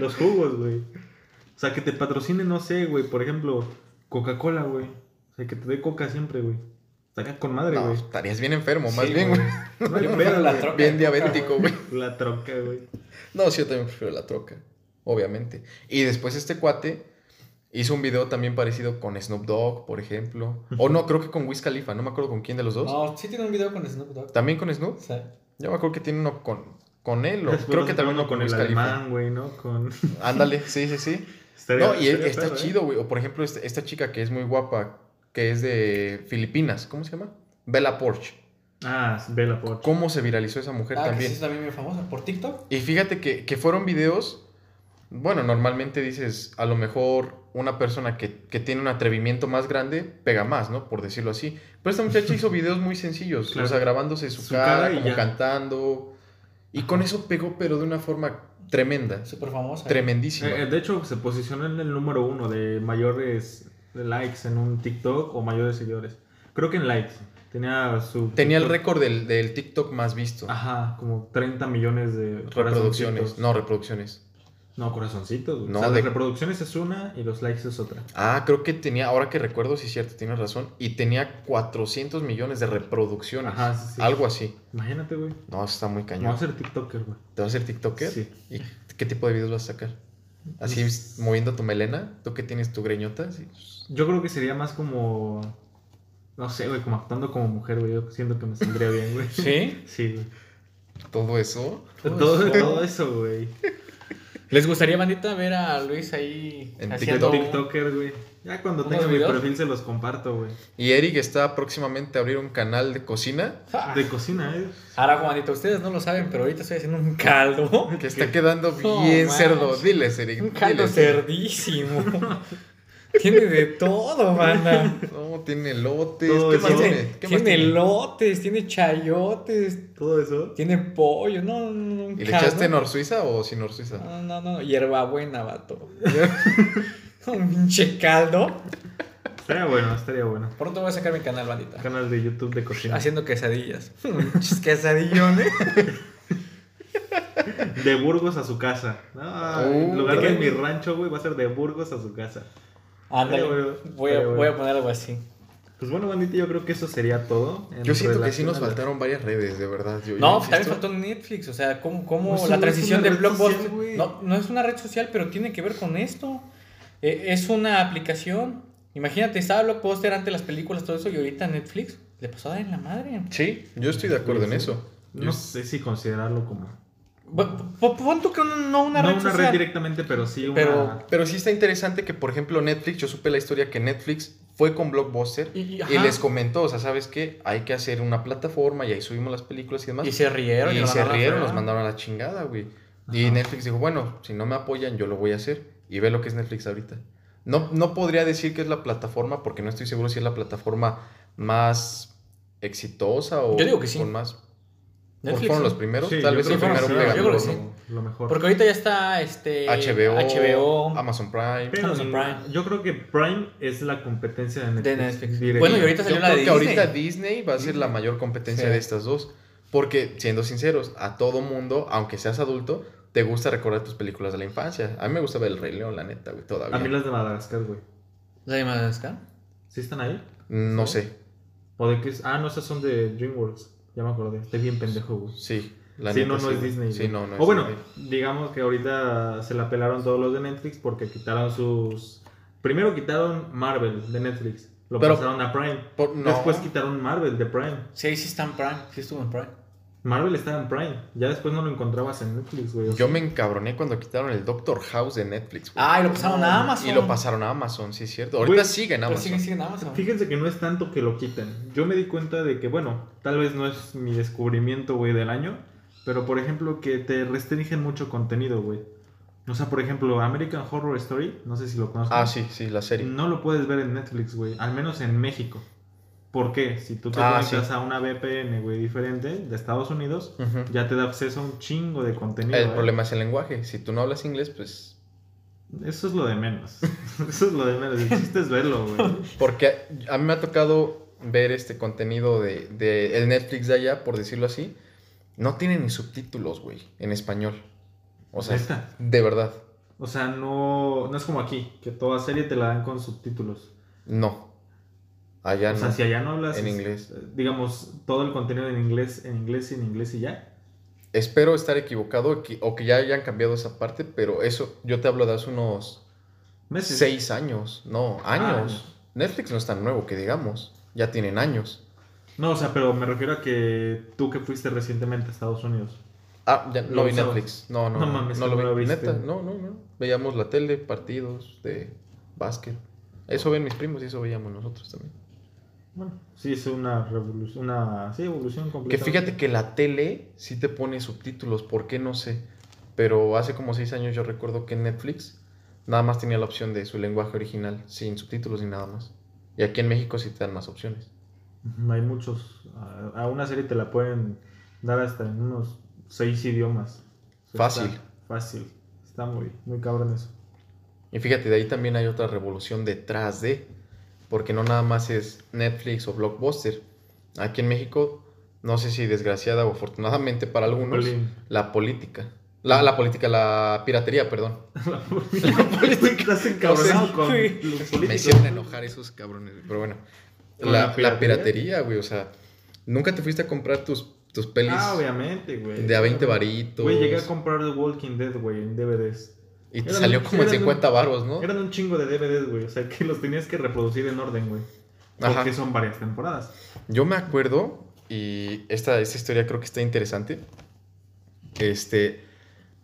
Speaker 3: Los jugos, güey. O sea, que te patrocine, no sé, güey. Por ejemplo, Coca-Cola, güey. O sea, que te dé coca siempre, güey. Estaría con madre,
Speaker 1: no,
Speaker 3: güey.
Speaker 1: estarías bien enfermo, más
Speaker 2: Sí,
Speaker 1: bien, güey.
Speaker 3: No hay
Speaker 2: Yo
Speaker 3: pedo,
Speaker 2: prefiero la
Speaker 3: güey.
Speaker 2: troca.
Speaker 1: Bien
Speaker 2: de coca,
Speaker 1: diabético, güey.
Speaker 3: La troca, güey.
Speaker 1: No, sí, yo también prefiero la troca, obviamente. Y después este cuate hizo un video también parecido con Snoop Dogg, por ejemplo. O no, creo que con Wiz Khalifa, no me acuerdo con quién de los dos.
Speaker 2: No, sí tiene un video con Snoop Dogg.
Speaker 1: También con Snoop.
Speaker 2: Sí.
Speaker 1: Yo me acuerdo que tiene uno con, con él, o
Speaker 3: Después
Speaker 1: creo que
Speaker 3: sacaron
Speaker 1: también uno con
Speaker 3: con
Speaker 1: Wiz
Speaker 3: el
Speaker 1: Khalifa.
Speaker 3: alemán, güey, ¿no? Con...
Speaker 1: Ándale, sí, sí, sí.
Speaker 3: Estaría-
Speaker 1: No, y
Speaker 3: estaría
Speaker 1: está
Speaker 3: perro, ¿eh?
Speaker 1: chido, güey. O por ejemplo, este- esta chica que es muy guapa, que es de Filipinas, ¿cómo se llama? Bella Porsche.
Speaker 3: Ah, Bella Poch.
Speaker 1: ¿Cómo se viralizó esa mujer
Speaker 2: Ah, que
Speaker 1: también?
Speaker 2: sí es también muy famosa. ¿Por TikTok?
Speaker 1: Y fíjate que, que fueron videos, bueno, normalmente dices, a lo mejor una persona que, que tiene un atrevimiento más grande pega más, ¿no? Por decirlo así. Pero esta muchacha hizo videos muy sencillos,
Speaker 3: Claro.
Speaker 1: o sea, grabándose su,
Speaker 3: Su
Speaker 1: cara,
Speaker 3: cara y
Speaker 1: como
Speaker 3: ya.
Speaker 1: cantando. Y con eso pegó, pero de una forma tremenda,
Speaker 2: Súper famosa.
Speaker 1: tremendísima.
Speaker 3: Eh, eh, de hecho, se posicionó en el número uno de mayores likes en un TikTok o mayores seguidores. Creo que en likes. Tenía su.
Speaker 1: Tenía el
Speaker 3: TikTok-
Speaker 1: récord del, del TikTok más visto.
Speaker 3: Ajá, como 30 millones de
Speaker 1: reproducciones,
Speaker 3: corazoncitos.
Speaker 1: no reproducciones.
Speaker 3: No, corazoncitos, güey.
Speaker 1: No,
Speaker 3: o sea,
Speaker 1: de-
Speaker 3: las reproducciones es una y los likes es otra.
Speaker 1: Ah, creo que tenía, ahora que recuerdo, sí es cierto, tienes razón. Y tenía 400 millones de reproducciones.
Speaker 3: Ajá, sí, sí.
Speaker 1: Algo así.
Speaker 3: Imagínate, güey.
Speaker 1: No, está muy
Speaker 3: No
Speaker 1: cañón.
Speaker 3: a ser TikToker, güey.
Speaker 1: ¿Te vas a hacer TikToker?
Speaker 3: Sí.
Speaker 1: ¿Y qué tipo de videos vas a sacar? Así moviendo tu melena, tú que tienes tu greñota. Sí.
Speaker 3: Yo creo que sería más como. No sé, güey, como actuando como mujer, güey. Yo siento que me saldría bien, güey.
Speaker 2: ¿Sí?
Speaker 3: Sí, güey.
Speaker 1: Todo eso.
Speaker 2: Todo
Speaker 3: Todo,
Speaker 2: eso.
Speaker 3: todo eso, güey.
Speaker 2: ¿Les gustaría, bandita, ver a Luis ahí
Speaker 1: En
Speaker 2: haciendo
Speaker 1: TikTok.
Speaker 2: un-
Speaker 3: TikToker, güey. Ya cuando
Speaker 2: ¿Unos
Speaker 3: tenga mi
Speaker 2: videos?
Speaker 3: perfil se los comparto, güey.
Speaker 1: Y Eric está próximamente a abrir un canal de cocina
Speaker 2: Ah,
Speaker 3: De cocina, ¿eh?
Speaker 2: Ahora, bandita, ustedes no lo saben, pero ahorita estoy haciendo un caldo.
Speaker 1: que está quedando
Speaker 2: No
Speaker 1: bien
Speaker 2: manches.
Speaker 1: cerdo. Diles, Eric.
Speaker 2: Un caldo
Speaker 1: diles.
Speaker 2: cerdísimo. Tiene de todo, banda.
Speaker 1: No, tiene lotes.
Speaker 3: Todo
Speaker 1: ¿Qué
Speaker 3: eso.
Speaker 1: más tiene?
Speaker 2: Tiene,
Speaker 1: ¿Qué
Speaker 2: tiene
Speaker 1: más tiene?
Speaker 2: lotes, tiene chayotes,
Speaker 3: Todo eso.
Speaker 2: tiene pollo, no, no, no, un
Speaker 1: ¿Y le
Speaker 2: caldo.
Speaker 1: echaste nor suiza o sin nor suiza?
Speaker 2: No, no, no, hierbabuena, vato. un pinche caldo.
Speaker 3: Estaría bueno, estaría bueno.
Speaker 2: Pronto voy a sacar mi canal, bandita.
Speaker 3: Canal de YouTube de cocina.
Speaker 2: Haciendo quesadillas. Pinches quesadillones.
Speaker 3: De Burgos a su casa. No,
Speaker 1: Uh,
Speaker 3: en lugar
Speaker 2: ¿de
Speaker 3: de,
Speaker 2: qué?
Speaker 3: mi rancho, güey, va a ser de Burgos a su casa.
Speaker 2: Ándale,
Speaker 3: Estaría bueno,
Speaker 2: voy a,
Speaker 3: estaría
Speaker 2: voy a
Speaker 3: bueno.
Speaker 2: poner algo así.
Speaker 3: Pues bueno, bandita, yo creo que eso sería todo. en
Speaker 1: Yo siento que sí
Speaker 3: relación
Speaker 1: nos
Speaker 3: a la-
Speaker 1: faltaron varias redes, de verdad. Yo,
Speaker 2: No,
Speaker 1: yo
Speaker 2: también
Speaker 1: insisto.
Speaker 2: faltó Netflix, o sea, cómo, cómo
Speaker 3: Pues sí,
Speaker 2: la
Speaker 3: no es
Speaker 2: transición
Speaker 3: una
Speaker 2: de
Speaker 3: red
Speaker 2: Blockbuster.
Speaker 3: social, güey.
Speaker 2: no, no es una red social, pero tiene que ver con esto. Eh, es una aplicación. Imagínate, estaba Blockbuster antes las películas, todo eso, y ahorita Netflix le pasó a dar en la madre.
Speaker 1: Sí, yo estoy de acuerdo en
Speaker 3: Sí, sí.
Speaker 1: eso. Yo-
Speaker 3: No sé si considerarlo como.
Speaker 2: Bu- bu- Pon tú que no- no una
Speaker 3: no
Speaker 2: red
Speaker 3: una
Speaker 2: social.
Speaker 3: red directamente, pero sí una.
Speaker 2: Pero-
Speaker 1: Pero sí está interesante que, por ejemplo, Netflix, yo supe la historia que Netflix fue con Blockbuster
Speaker 2: Y-
Speaker 1: y,
Speaker 2: y- ajá.
Speaker 1: les comentó, o sea, ¿sabes qué? Hay que hacer una plataforma y ahí subimos las películas y demás.
Speaker 2: Y se rieron.
Speaker 1: Y
Speaker 2: lo
Speaker 1: se
Speaker 2: mandaron a la
Speaker 1: rieron,
Speaker 2: fregada.
Speaker 1: los mandaron a la chingada, güey. Y
Speaker 3: Ajá.
Speaker 1: Netflix dijo, bueno, si no me apoyan, yo lo voy a hacer. Y ve lo que es Netflix ahorita. No, no podría decir que es la plataforma, porque no estoy seguro si es la plataforma más exitosa o
Speaker 2: Yo digo que sí.
Speaker 1: con más. ¿Por
Speaker 2: Netflix,
Speaker 1: fueron los
Speaker 2: ¿no?
Speaker 1: primeros?
Speaker 3: Sí,
Speaker 1: Tal
Speaker 3: yo
Speaker 1: vez
Speaker 3: creo
Speaker 1: el
Speaker 3: que
Speaker 1: primero
Speaker 3: sí,
Speaker 2: yo creo que
Speaker 1: pegó,
Speaker 2: sí.
Speaker 3: Lo mejor.
Speaker 2: Porque ahorita ya está este
Speaker 1: HBO,
Speaker 2: HBO,
Speaker 1: Amazon Prime.
Speaker 3: Pero
Speaker 2: Amazon Prime.
Speaker 3: Yo creo que Prime es la competencia de Netflix.
Speaker 2: de Netflix.
Speaker 3: directa.
Speaker 2: Bueno, y ahorita
Speaker 1: Yo
Speaker 2: salió
Speaker 1: creo
Speaker 2: la de
Speaker 1: que ahorita
Speaker 2: Disney.
Speaker 1: Disney va a ser la
Speaker 3: Mm.
Speaker 1: mayor competencia
Speaker 2: Sí.
Speaker 1: de estas dos. Porque, siendo sinceros, a todo mundo, aunque seas adulto, te gusta recordar tus películas de la infancia. A mí me gusta ver El Rey León, la neta, güey, todavía.
Speaker 3: A mí las de Madagascar, güey.
Speaker 2: ¿La de Madagascar?
Speaker 3: ¿Sí están ahí?
Speaker 1: No sé,
Speaker 3: ¿O de qué es? Ah, no, esas son de DreamWorks. Ya me acordé. Estoy bien pendejo, güey.
Speaker 1: sí. La
Speaker 3: sí,
Speaker 1: neta,
Speaker 3: no, no
Speaker 1: sí,
Speaker 3: es
Speaker 1: güey.
Speaker 3: Disney.
Speaker 1: Sí,
Speaker 3: güey.
Speaker 1: no, no
Speaker 3: O
Speaker 1: es
Speaker 3: bueno,
Speaker 1: Disney.
Speaker 3: digamos que ahorita se la pelaron todos los de Netflix porque quitaron sus. Primero quitaron Marvel de Netflix. Lo
Speaker 1: Pero-
Speaker 3: pasaron a Prime.
Speaker 1: Por- no.
Speaker 3: Después quitaron Marvel de Prime.
Speaker 2: Sí, sí está en Prime. Sí estuvo en Prime.
Speaker 3: Marvel estaba en Prime. Ya después no lo encontrabas en Netflix, güey. O sea,
Speaker 1: Yo me encabroné cuando quitaron el Doctor House de Netflix. güey.
Speaker 2: Ah, y lo pasaron a Amazon.
Speaker 1: y lo pasaron a Amazon, sí es cierto. Ahorita
Speaker 3: Güey,
Speaker 1: sigue en
Speaker 2: Pero
Speaker 1: Amazon.
Speaker 2: siguen, siguen en Amazon.
Speaker 3: Fíjense que no es tanto que lo quiten. Yo me di cuenta de que, bueno, tal vez no es mi descubrimiento, güey, del año. Pero, por ejemplo, que te restringen mucho contenido, güey. O sea, por ejemplo, American Horror Story, no sé si lo conozco.
Speaker 1: Ah, sí, sí, la serie.
Speaker 3: No lo puedes ver en Netflix, güey. Al menos en México. ¿Por qué? Si tú te
Speaker 1: Ah,
Speaker 3: conectas
Speaker 1: sí.
Speaker 3: a una VPN, güey, diferente de Estados Unidos,
Speaker 1: Ujú.
Speaker 3: ya te da acceso a un chingo de contenido.
Speaker 1: El
Speaker 3: eh.
Speaker 1: problema es el lenguaje. Si tú no hablas inglés, pues
Speaker 3: Eso es lo de menos. Eso es lo de menos. El chiste es verlo, güey.
Speaker 1: Porque a mí me ha tocado ver este contenido de, de el Netflix de allá, por decirlo así. No tiene ni subtítulos, güey, en español. O sea,
Speaker 3: ¿Neta?
Speaker 1: de verdad,
Speaker 3: O sea, no, no es como aquí, que toda serie te la dan con subtítulos.
Speaker 1: no. Allá
Speaker 3: O sea,
Speaker 1: no.
Speaker 3: si allá no hablas.
Speaker 1: En
Speaker 3: es-
Speaker 1: inglés.
Speaker 3: Digamos, todo el contenido en inglés, en inglés y en inglés y ya.
Speaker 1: Espero estar equivocado que- o que ya hayan cambiado esa parte, pero eso, yo te hablo de hace unos
Speaker 3: Meses.
Speaker 1: seis años, no, años.
Speaker 3: años.
Speaker 1: Netflix no es tan nuevo que digamos, ya tienen años.
Speaker 3: No, o sea, pero me refiero a que tú que fuiste recientemente a Estados Unidos.
Speaker 1: Ah, ya no
Speaker 3: Lo
Speaker 1: vi
Speaker 3: usabas.
Speaker 1: Netflix. No, no,
Speaker 3: No
Speaker 1: no,
Speaker 3: mames,
Speaker 1: no
Speaker 3: que
Speaker 1: lo
Speaker 3: no lo
Speaker 1: vi.
Speaker 3: viste.
Speaker 1: Neta, no, no, no. Veíamos la tele, partidos de básquet. Eso ven mis primos y eso veíamos nosotros también.
Speaker 3: Bueno, sí, es una revolución, una sí, evolución
Speaker 1: Que
Speaker 3: completa.
Speaker 1: fíjate que la tele sí te pone subtítulos, ¿por qué? No sé. Pero hace como seis años yo recuerdo que Netflix nada más tenía la opción de su lenguaje original, sin subtítulos ni nada más. Y aquí en México sí te dan más opciones.
Speaker 3: Hay muchos. A a una serie te la pueden dar hasta en unos seis idiomas. O sea,
Speaker 1: Fácil.
Speaker 3: está fácil. Está muy, muy cabrón eso.
Speaker 1: Y fíjate, de ahí también hay otra revolución detrás de, porque no nada más es Netflix o Blockbuster. Aquí en México, no sé si desgraciada o afortunadamente para algunos,
Speaker 3: Blin.
Speaker 1: la política. La, la política, la piratería, perdón.
Speaker 3: Güey, Estás encabronado
Speaker 2: Sí,
Speaker 3: con
Speaker 2: güey.
Speaker 3: los
Speaker 1: Me
Speaker 3: políticos.
Speaker 1: hicieron enojar esos cabrones, pero bueno.
Speaker 3: ¿Con
Speaker 1: La,
Speaker 3: la
Speaker 1: la
Speaker 3: piratería?
Speaker 1: piratería? güey, o sea, nunca te fuiste a comprar tus, tus pelis
Speaker 3: Ah, obviamente, güey.
Speaker 1: de a 20 varitos
Speaker 3: Güey, llegué a comprar The Walking Dead, güey, en DVDs.
Speaker 1: y te
Speaker 3: eran-
Speaker 1: salió como en
Speaker 3: eran-
Speaker 1: 50 varos, ¿no?
Speaker 3: Eran un chingo de DVDs, güey. O sea, que los tenías que reproducir en orden, güey. Porque
Speaker 1: Ajá.
Speaker 3: son varias temporadas.
Speaker 1: Yo me acuerdo, y esta, esta historia creo que está interesante. Este,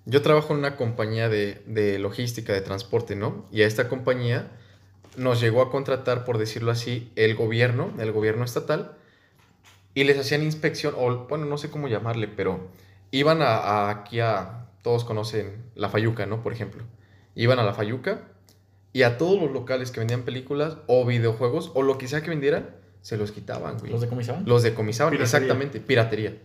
Speaker 1: yo trabajo en una compañía de, de logística, de transporte, ¿no? Y a esta compañía nos llegó a contratar, por decirlo así, el gobierno, el gobierno estatal, y les hacían inspección, o bueno, no sé cómo llamarle, pero iban a, a- aquí a, todos conocen La Fayuca, ¿no? Por ejemplo. Iban a La Fayuca y a todos los locales que vendían películas o videojuegos o lo que sea que vendieran, se los quitaban, güey.
Speaker 2: ¿Los decomisaban?
Speaker 1: Los decomisaban,
Speaker 3: Piratería.
Speaker 1: exactamente, piratería.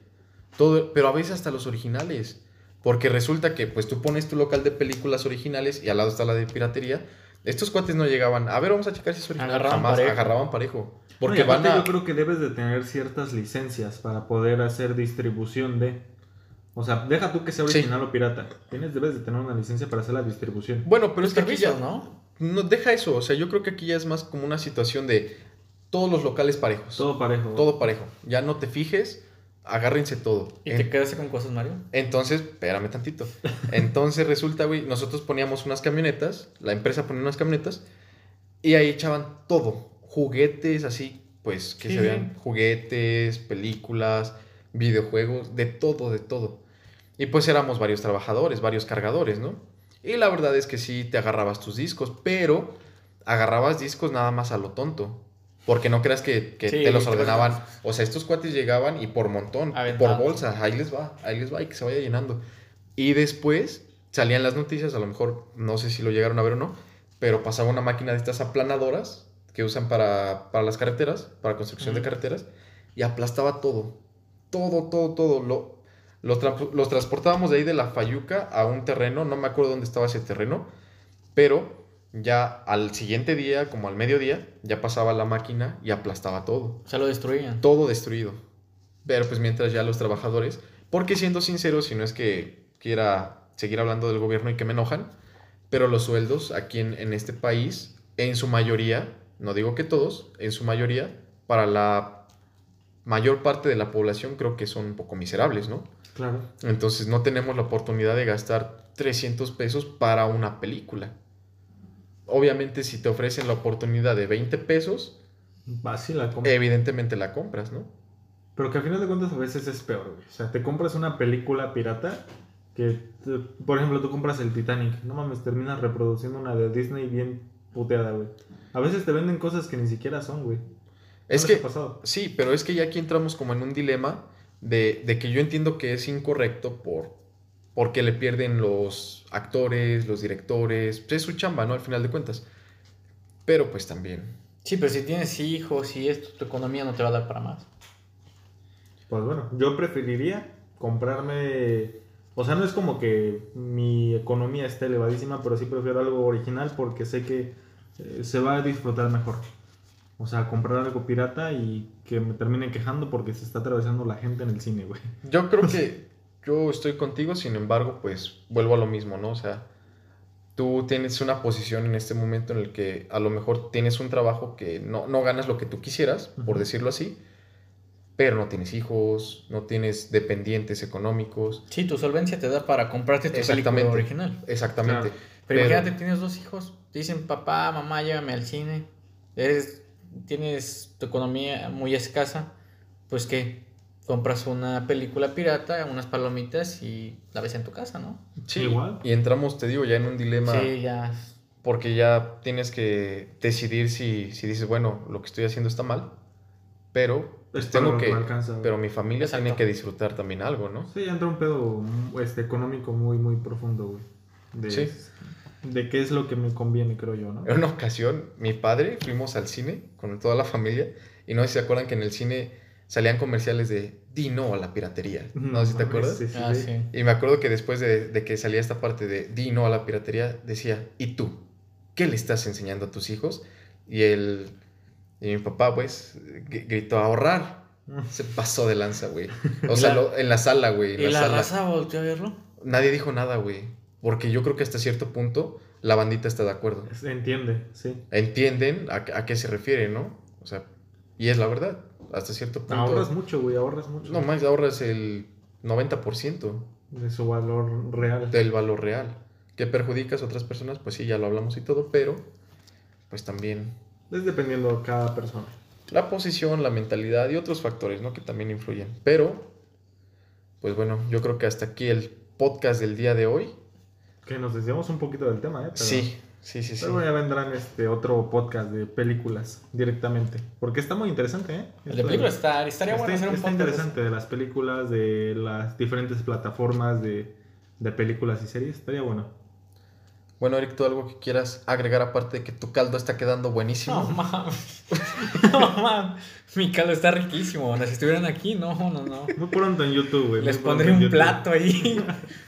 Speaker 1: Todo, pero a veces hasta los originales. Porque resulta que pues tú pones tu local de películas originales y al lado está la de piratería. Estos cuates no llegaban. A ver, vamos a checar si es original.
Speaker 2: Agarraban
Speaker 1: Jamás,
Speaker 2: parejo.
Speaker 1: agarraban parejo.
Speaker 3: No, y
Speaker 1: Porque
Speaker 3: aparte
Speaker 1: van a.
Speaker 3: Yo creo que debes de tener ciertas licencias para poder hacer distribución de... O sea, deja tú que sea
Speaker 1: Sí.
Speaker 3: original o pirata. Tienes, debes de tener una licencia para hacer la distribución.
Speaker 1: Bueno, pero
Speaker 2: Los
Speaker 1: es que aquí ya-
Speaker 2: servicios, ¿no?
Speaker 1: No, deja eso. O sea, yo creo que aquí ya es más como una situación de todos los locales parejos. Pues, Todo,
Speaker 3: Todo parejo.
Speaker 1: parejo. Ya no te fijes, agárrense todo.
Speaker 2: ¿Y
Speaker 1: En-
Speaker 2: te quedaste con cosas, Mario?
Speaker 1: Entonces, espérame tantito. Entonces resulta, güey, nosotros poníamos unas camionetas, la empresa ponía unas camionetas y ahí echaban todo, juguetes así, pues que
Speaker 2: Sí,
Speaker 1: se
Speaker 2: sí.
Speaker 1: vean juguetes, películas, videojuegos, de todo, de todo. Y pues éramos varios trabajadores, varios cargadores, ¿no? Y la verdad es que sí te agarrabas tus discos, pero agarrabas discos nada más a lo tonto. Porque no creas que, que
Speaker 2: Sí,
Speaker 1: te los
Speaker 2: que los-
Speaker 1: ordenaban. O sea, estos cuates llegaban y por montón,
Speaker 2: Aventados.
Speaker 1: por bolsa, ahí les va, ahí les va y que se vaya llenando. Y después salían las noticias, a lo mejor no sé si lo llegaron a ver o no, pero pasaba una máquina de estas aplanadoras que usan para, para las carreteras, para construcción de
Speaker 2: Ujú.
Speaker 1: carreteras, y aplastaba todo. Todo, todo, todo. Lo, lo tra- los transportábamos de ahí de la Fayuca a un terreno, no me acuerdo dónde estaba ese terreno, pero ya al siguiente día, como al mediodía, ya pasaba la máquina y aplastaba todo
Speaker 2: O sea, lo destruían.
Speaker 1: todo destruido. Pero pues mientras ya los trabajadores, porque siendo sincero, si no es que quiera seguir hablando del gobierno y que me enojan, pero los sueldos aquí en, en este país, en su mayoría, no digo que todos, en su mayoría, para la mayor parte de la población creo que son un poco miserables, ¿no?
Speaker 3: Claro.
Speaker 1: Entonces no tenemos la oportunidad de gastar 300 pesos para una película. Obviamente si te ofrecen la oportunidad de 20 pesos,
Speaker 3: Así la compra.
Speaker 1: evidentemente la compras, ¿no?
Speaker 3: Pero que al final de cuentas a veces es peor, güey. O sea, te compras una película pirata que, te- por ejemplo, tú compras el Titanic. No mames, terminas reproduciendo una de Disney bien puteada, güey. A veces te venden cosas que ni siquiera son, güey. ¿No
Speaker 1: Es
Speaker 3: les
Speaker 1: que
Speaker 3: ha pasado?
Speaker 1: Sí, pero es que ya aquí entramos como en un dilema de, de que yo entiendo que es incorrecto por porque le pierden los actores, los directores, pues es su chamba, ¿no? Al final de cuentas. Pero pues también.
Speaker 2: Sí, pero si tienes hijos y esto, tu economía no te va a dar para más.
Speaker 3: Pues bueno, yo preferiría comprarme... O sea, no es como que mi economía esté elevadísima, pero sí prefiero algo original porque sé que eh, se va a disfrutar mejor. O sea, comprar algo pirata y que me termine quejando porque se está atravesando la gente en el cine, güey.
Speaker 1: Yo creo que yo estoy contigo, sin embargo, pues vuelvo a lo mismo, ¿no? O sea, tú tienes una posición en este momento en el que a lo mejor tienes un trabajo que no, no ganas lo que tú quisieras, por
Speaker 3: Ujú.
Speaker 1: decirlo así, pero no tienes hijos, no tienes dependientes económicos.
Speaker 2: Sí, tu solvencia te da para comprarte tu película
Speaker 1: Exactamente.
Speaker 2: original.
Speaker 1: Exactamente.
Speaker 2: Pero,
Speaker 1: Pero-
Speaker 2: imagínate que tienes dos hijos. Te dicen, papá, mamá, llévame al cine. Eres, tienes tu economía muy escasa. Pues que compras una película pirata, unas palomitas y la ves en tu casa, ¿no?
Speaker 1: Sí,
Speaker 3: Igual.
Speaker 1: Y entramos, te digo, ya en un dilema
Speaker 2: Sí, ya.
Speaker 1: porque ya tienes que decidir si, si dices, bueno, lo que estoy haciendo está mal, pero pues,
Speaker 3: Es para
Speaker 1: tengo
Speaker 3: lo que
Speaker 1: que,
Speaker 3: me alcanza, güey.
Speaker 1: pero mi familia tiene
Speaker 2: Exacto.
Speaker 1: que disfrutar también algo, ¿no?
Speaker 3: Sí, entra un pedo mm, este, económico muy, muy profundo, güey. De,
Speaker 1: Sí.
Speaker 3: de qué es lo que me conviene, creo yo, ¿no?
Speaker 1: En una ocasión, mi padre, fuimos al cine con toda la familia y no sé si se acuerdan que en el cine salían comerciales de di no a la piratería. No sé si te
Speaker 3: mames,
Speaker 1: acuerdas.
Speaker 3: este, sí, sí,
Speaker 2: Ah,
Speaker 3: sí.
Speaker 2: sí.
Speaker 1: Y me acuerdo que después de, de que salía esta parte de di no a la piratería, decía, ¿y tú? ¿Qué le estás enseñando a tus hijos? Y el y mi papá, pues, gr- gritó, ahorrar. Se pasó de lanza, güey. O sea,
Speaker 2: La-
Speaker 1: lo- en la sala, güey. en
Speaker 2: Y la
Speaker 1: sala.
Speaker 2: raza volteó a verlo.
Speaker 1: nadie dijo nada, güey. Porque yo creo que hasta cierto punto la bandita está de acuerdo.
Speaker 3: Se entiende, sí.
Speaker 1: Entienden a, a qué se refiere, ¿no? O sea, y es la verdad. Hasta cierto punto.
Speaker 3: Ahorras mucho, güey, ahorras
Speaker 1: pues,
Speaker 3: mucho.
Speaker 1: No más, ahorras el 90%
Speaker 3: De su valor real.
Speaker 1: del valor real. ¿Que perjudicas a otras personas? Pues sí, ya lo hablamos y todo, pero pues también
Speaker 3: Es dependiendo de cada persona.
Speaker 1: la posición, la mentalidad y otros factores, ¿no? Que también influyen. Pero, pues bueno, yo creo que hasta aquí el podcast del día de hoy.
Speaker 3: Que nos desviamos un poquito del tema, ¿eh? Pero-
Speaker 1: sí, sí, sí, sí.
Speaker 3: Pero ya vendrán este otro podcast de películas directamente. Porque está muy interesante, ¿eh?
Speaker 2: El de
Speaker 3: Esto
Speaker 2: película está, estaría
Speaker 3: está,
Speaker 2: bueno hacer un
Speaker 3: está
Speaker 2: podcast.
Speaker 3: interesante de las películas, de las diferentes plataformas de, de películas y series. Estaría bueno.
Speaker 1: Bueno, Eric, ¿tú algo que quieras agregar aparte de que tu caldo está quedando buenísimo?
Speaker 2: No mames. No mames. Mi caldo está riquísimo. O sea, si estuvieran aquí, no, no, no.
Speaker 3: Muy pronto en YouTube, güey. muy
Speaker 2: Les
Speaker 3: pronto
Speaker 2: pondré
Speaker 3: en
Speaker 2: un
Speaker 3: YouTube.
Speaker 2: plato ahí.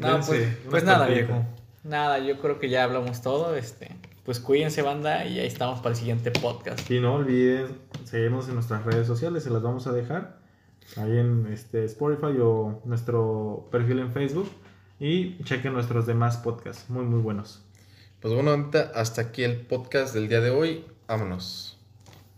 Speaker 2: No,
Speaker 3: Dense
Speaker 2: pues,
Speaker 3: una
Speaker 2: pues nada,
Speaker 3: tortita.
Speaker 2: viejo. Nada, yo creo que ya hablamos todo. Este, pues cuídense, banda, y ahí estamos para el siguiente podcast.
Speaker 3: Y no olviden seguirnos en nuestras redes sociales, se las vamos a dejar ahí en este Spotify o nuestro perfil en Facebook. Y chequen nuestros demás podcasts, muy muy buenos.
Speaker 1: Pues bueno, ahorita hasta aquí el podcast del día de hoy. Vámonos.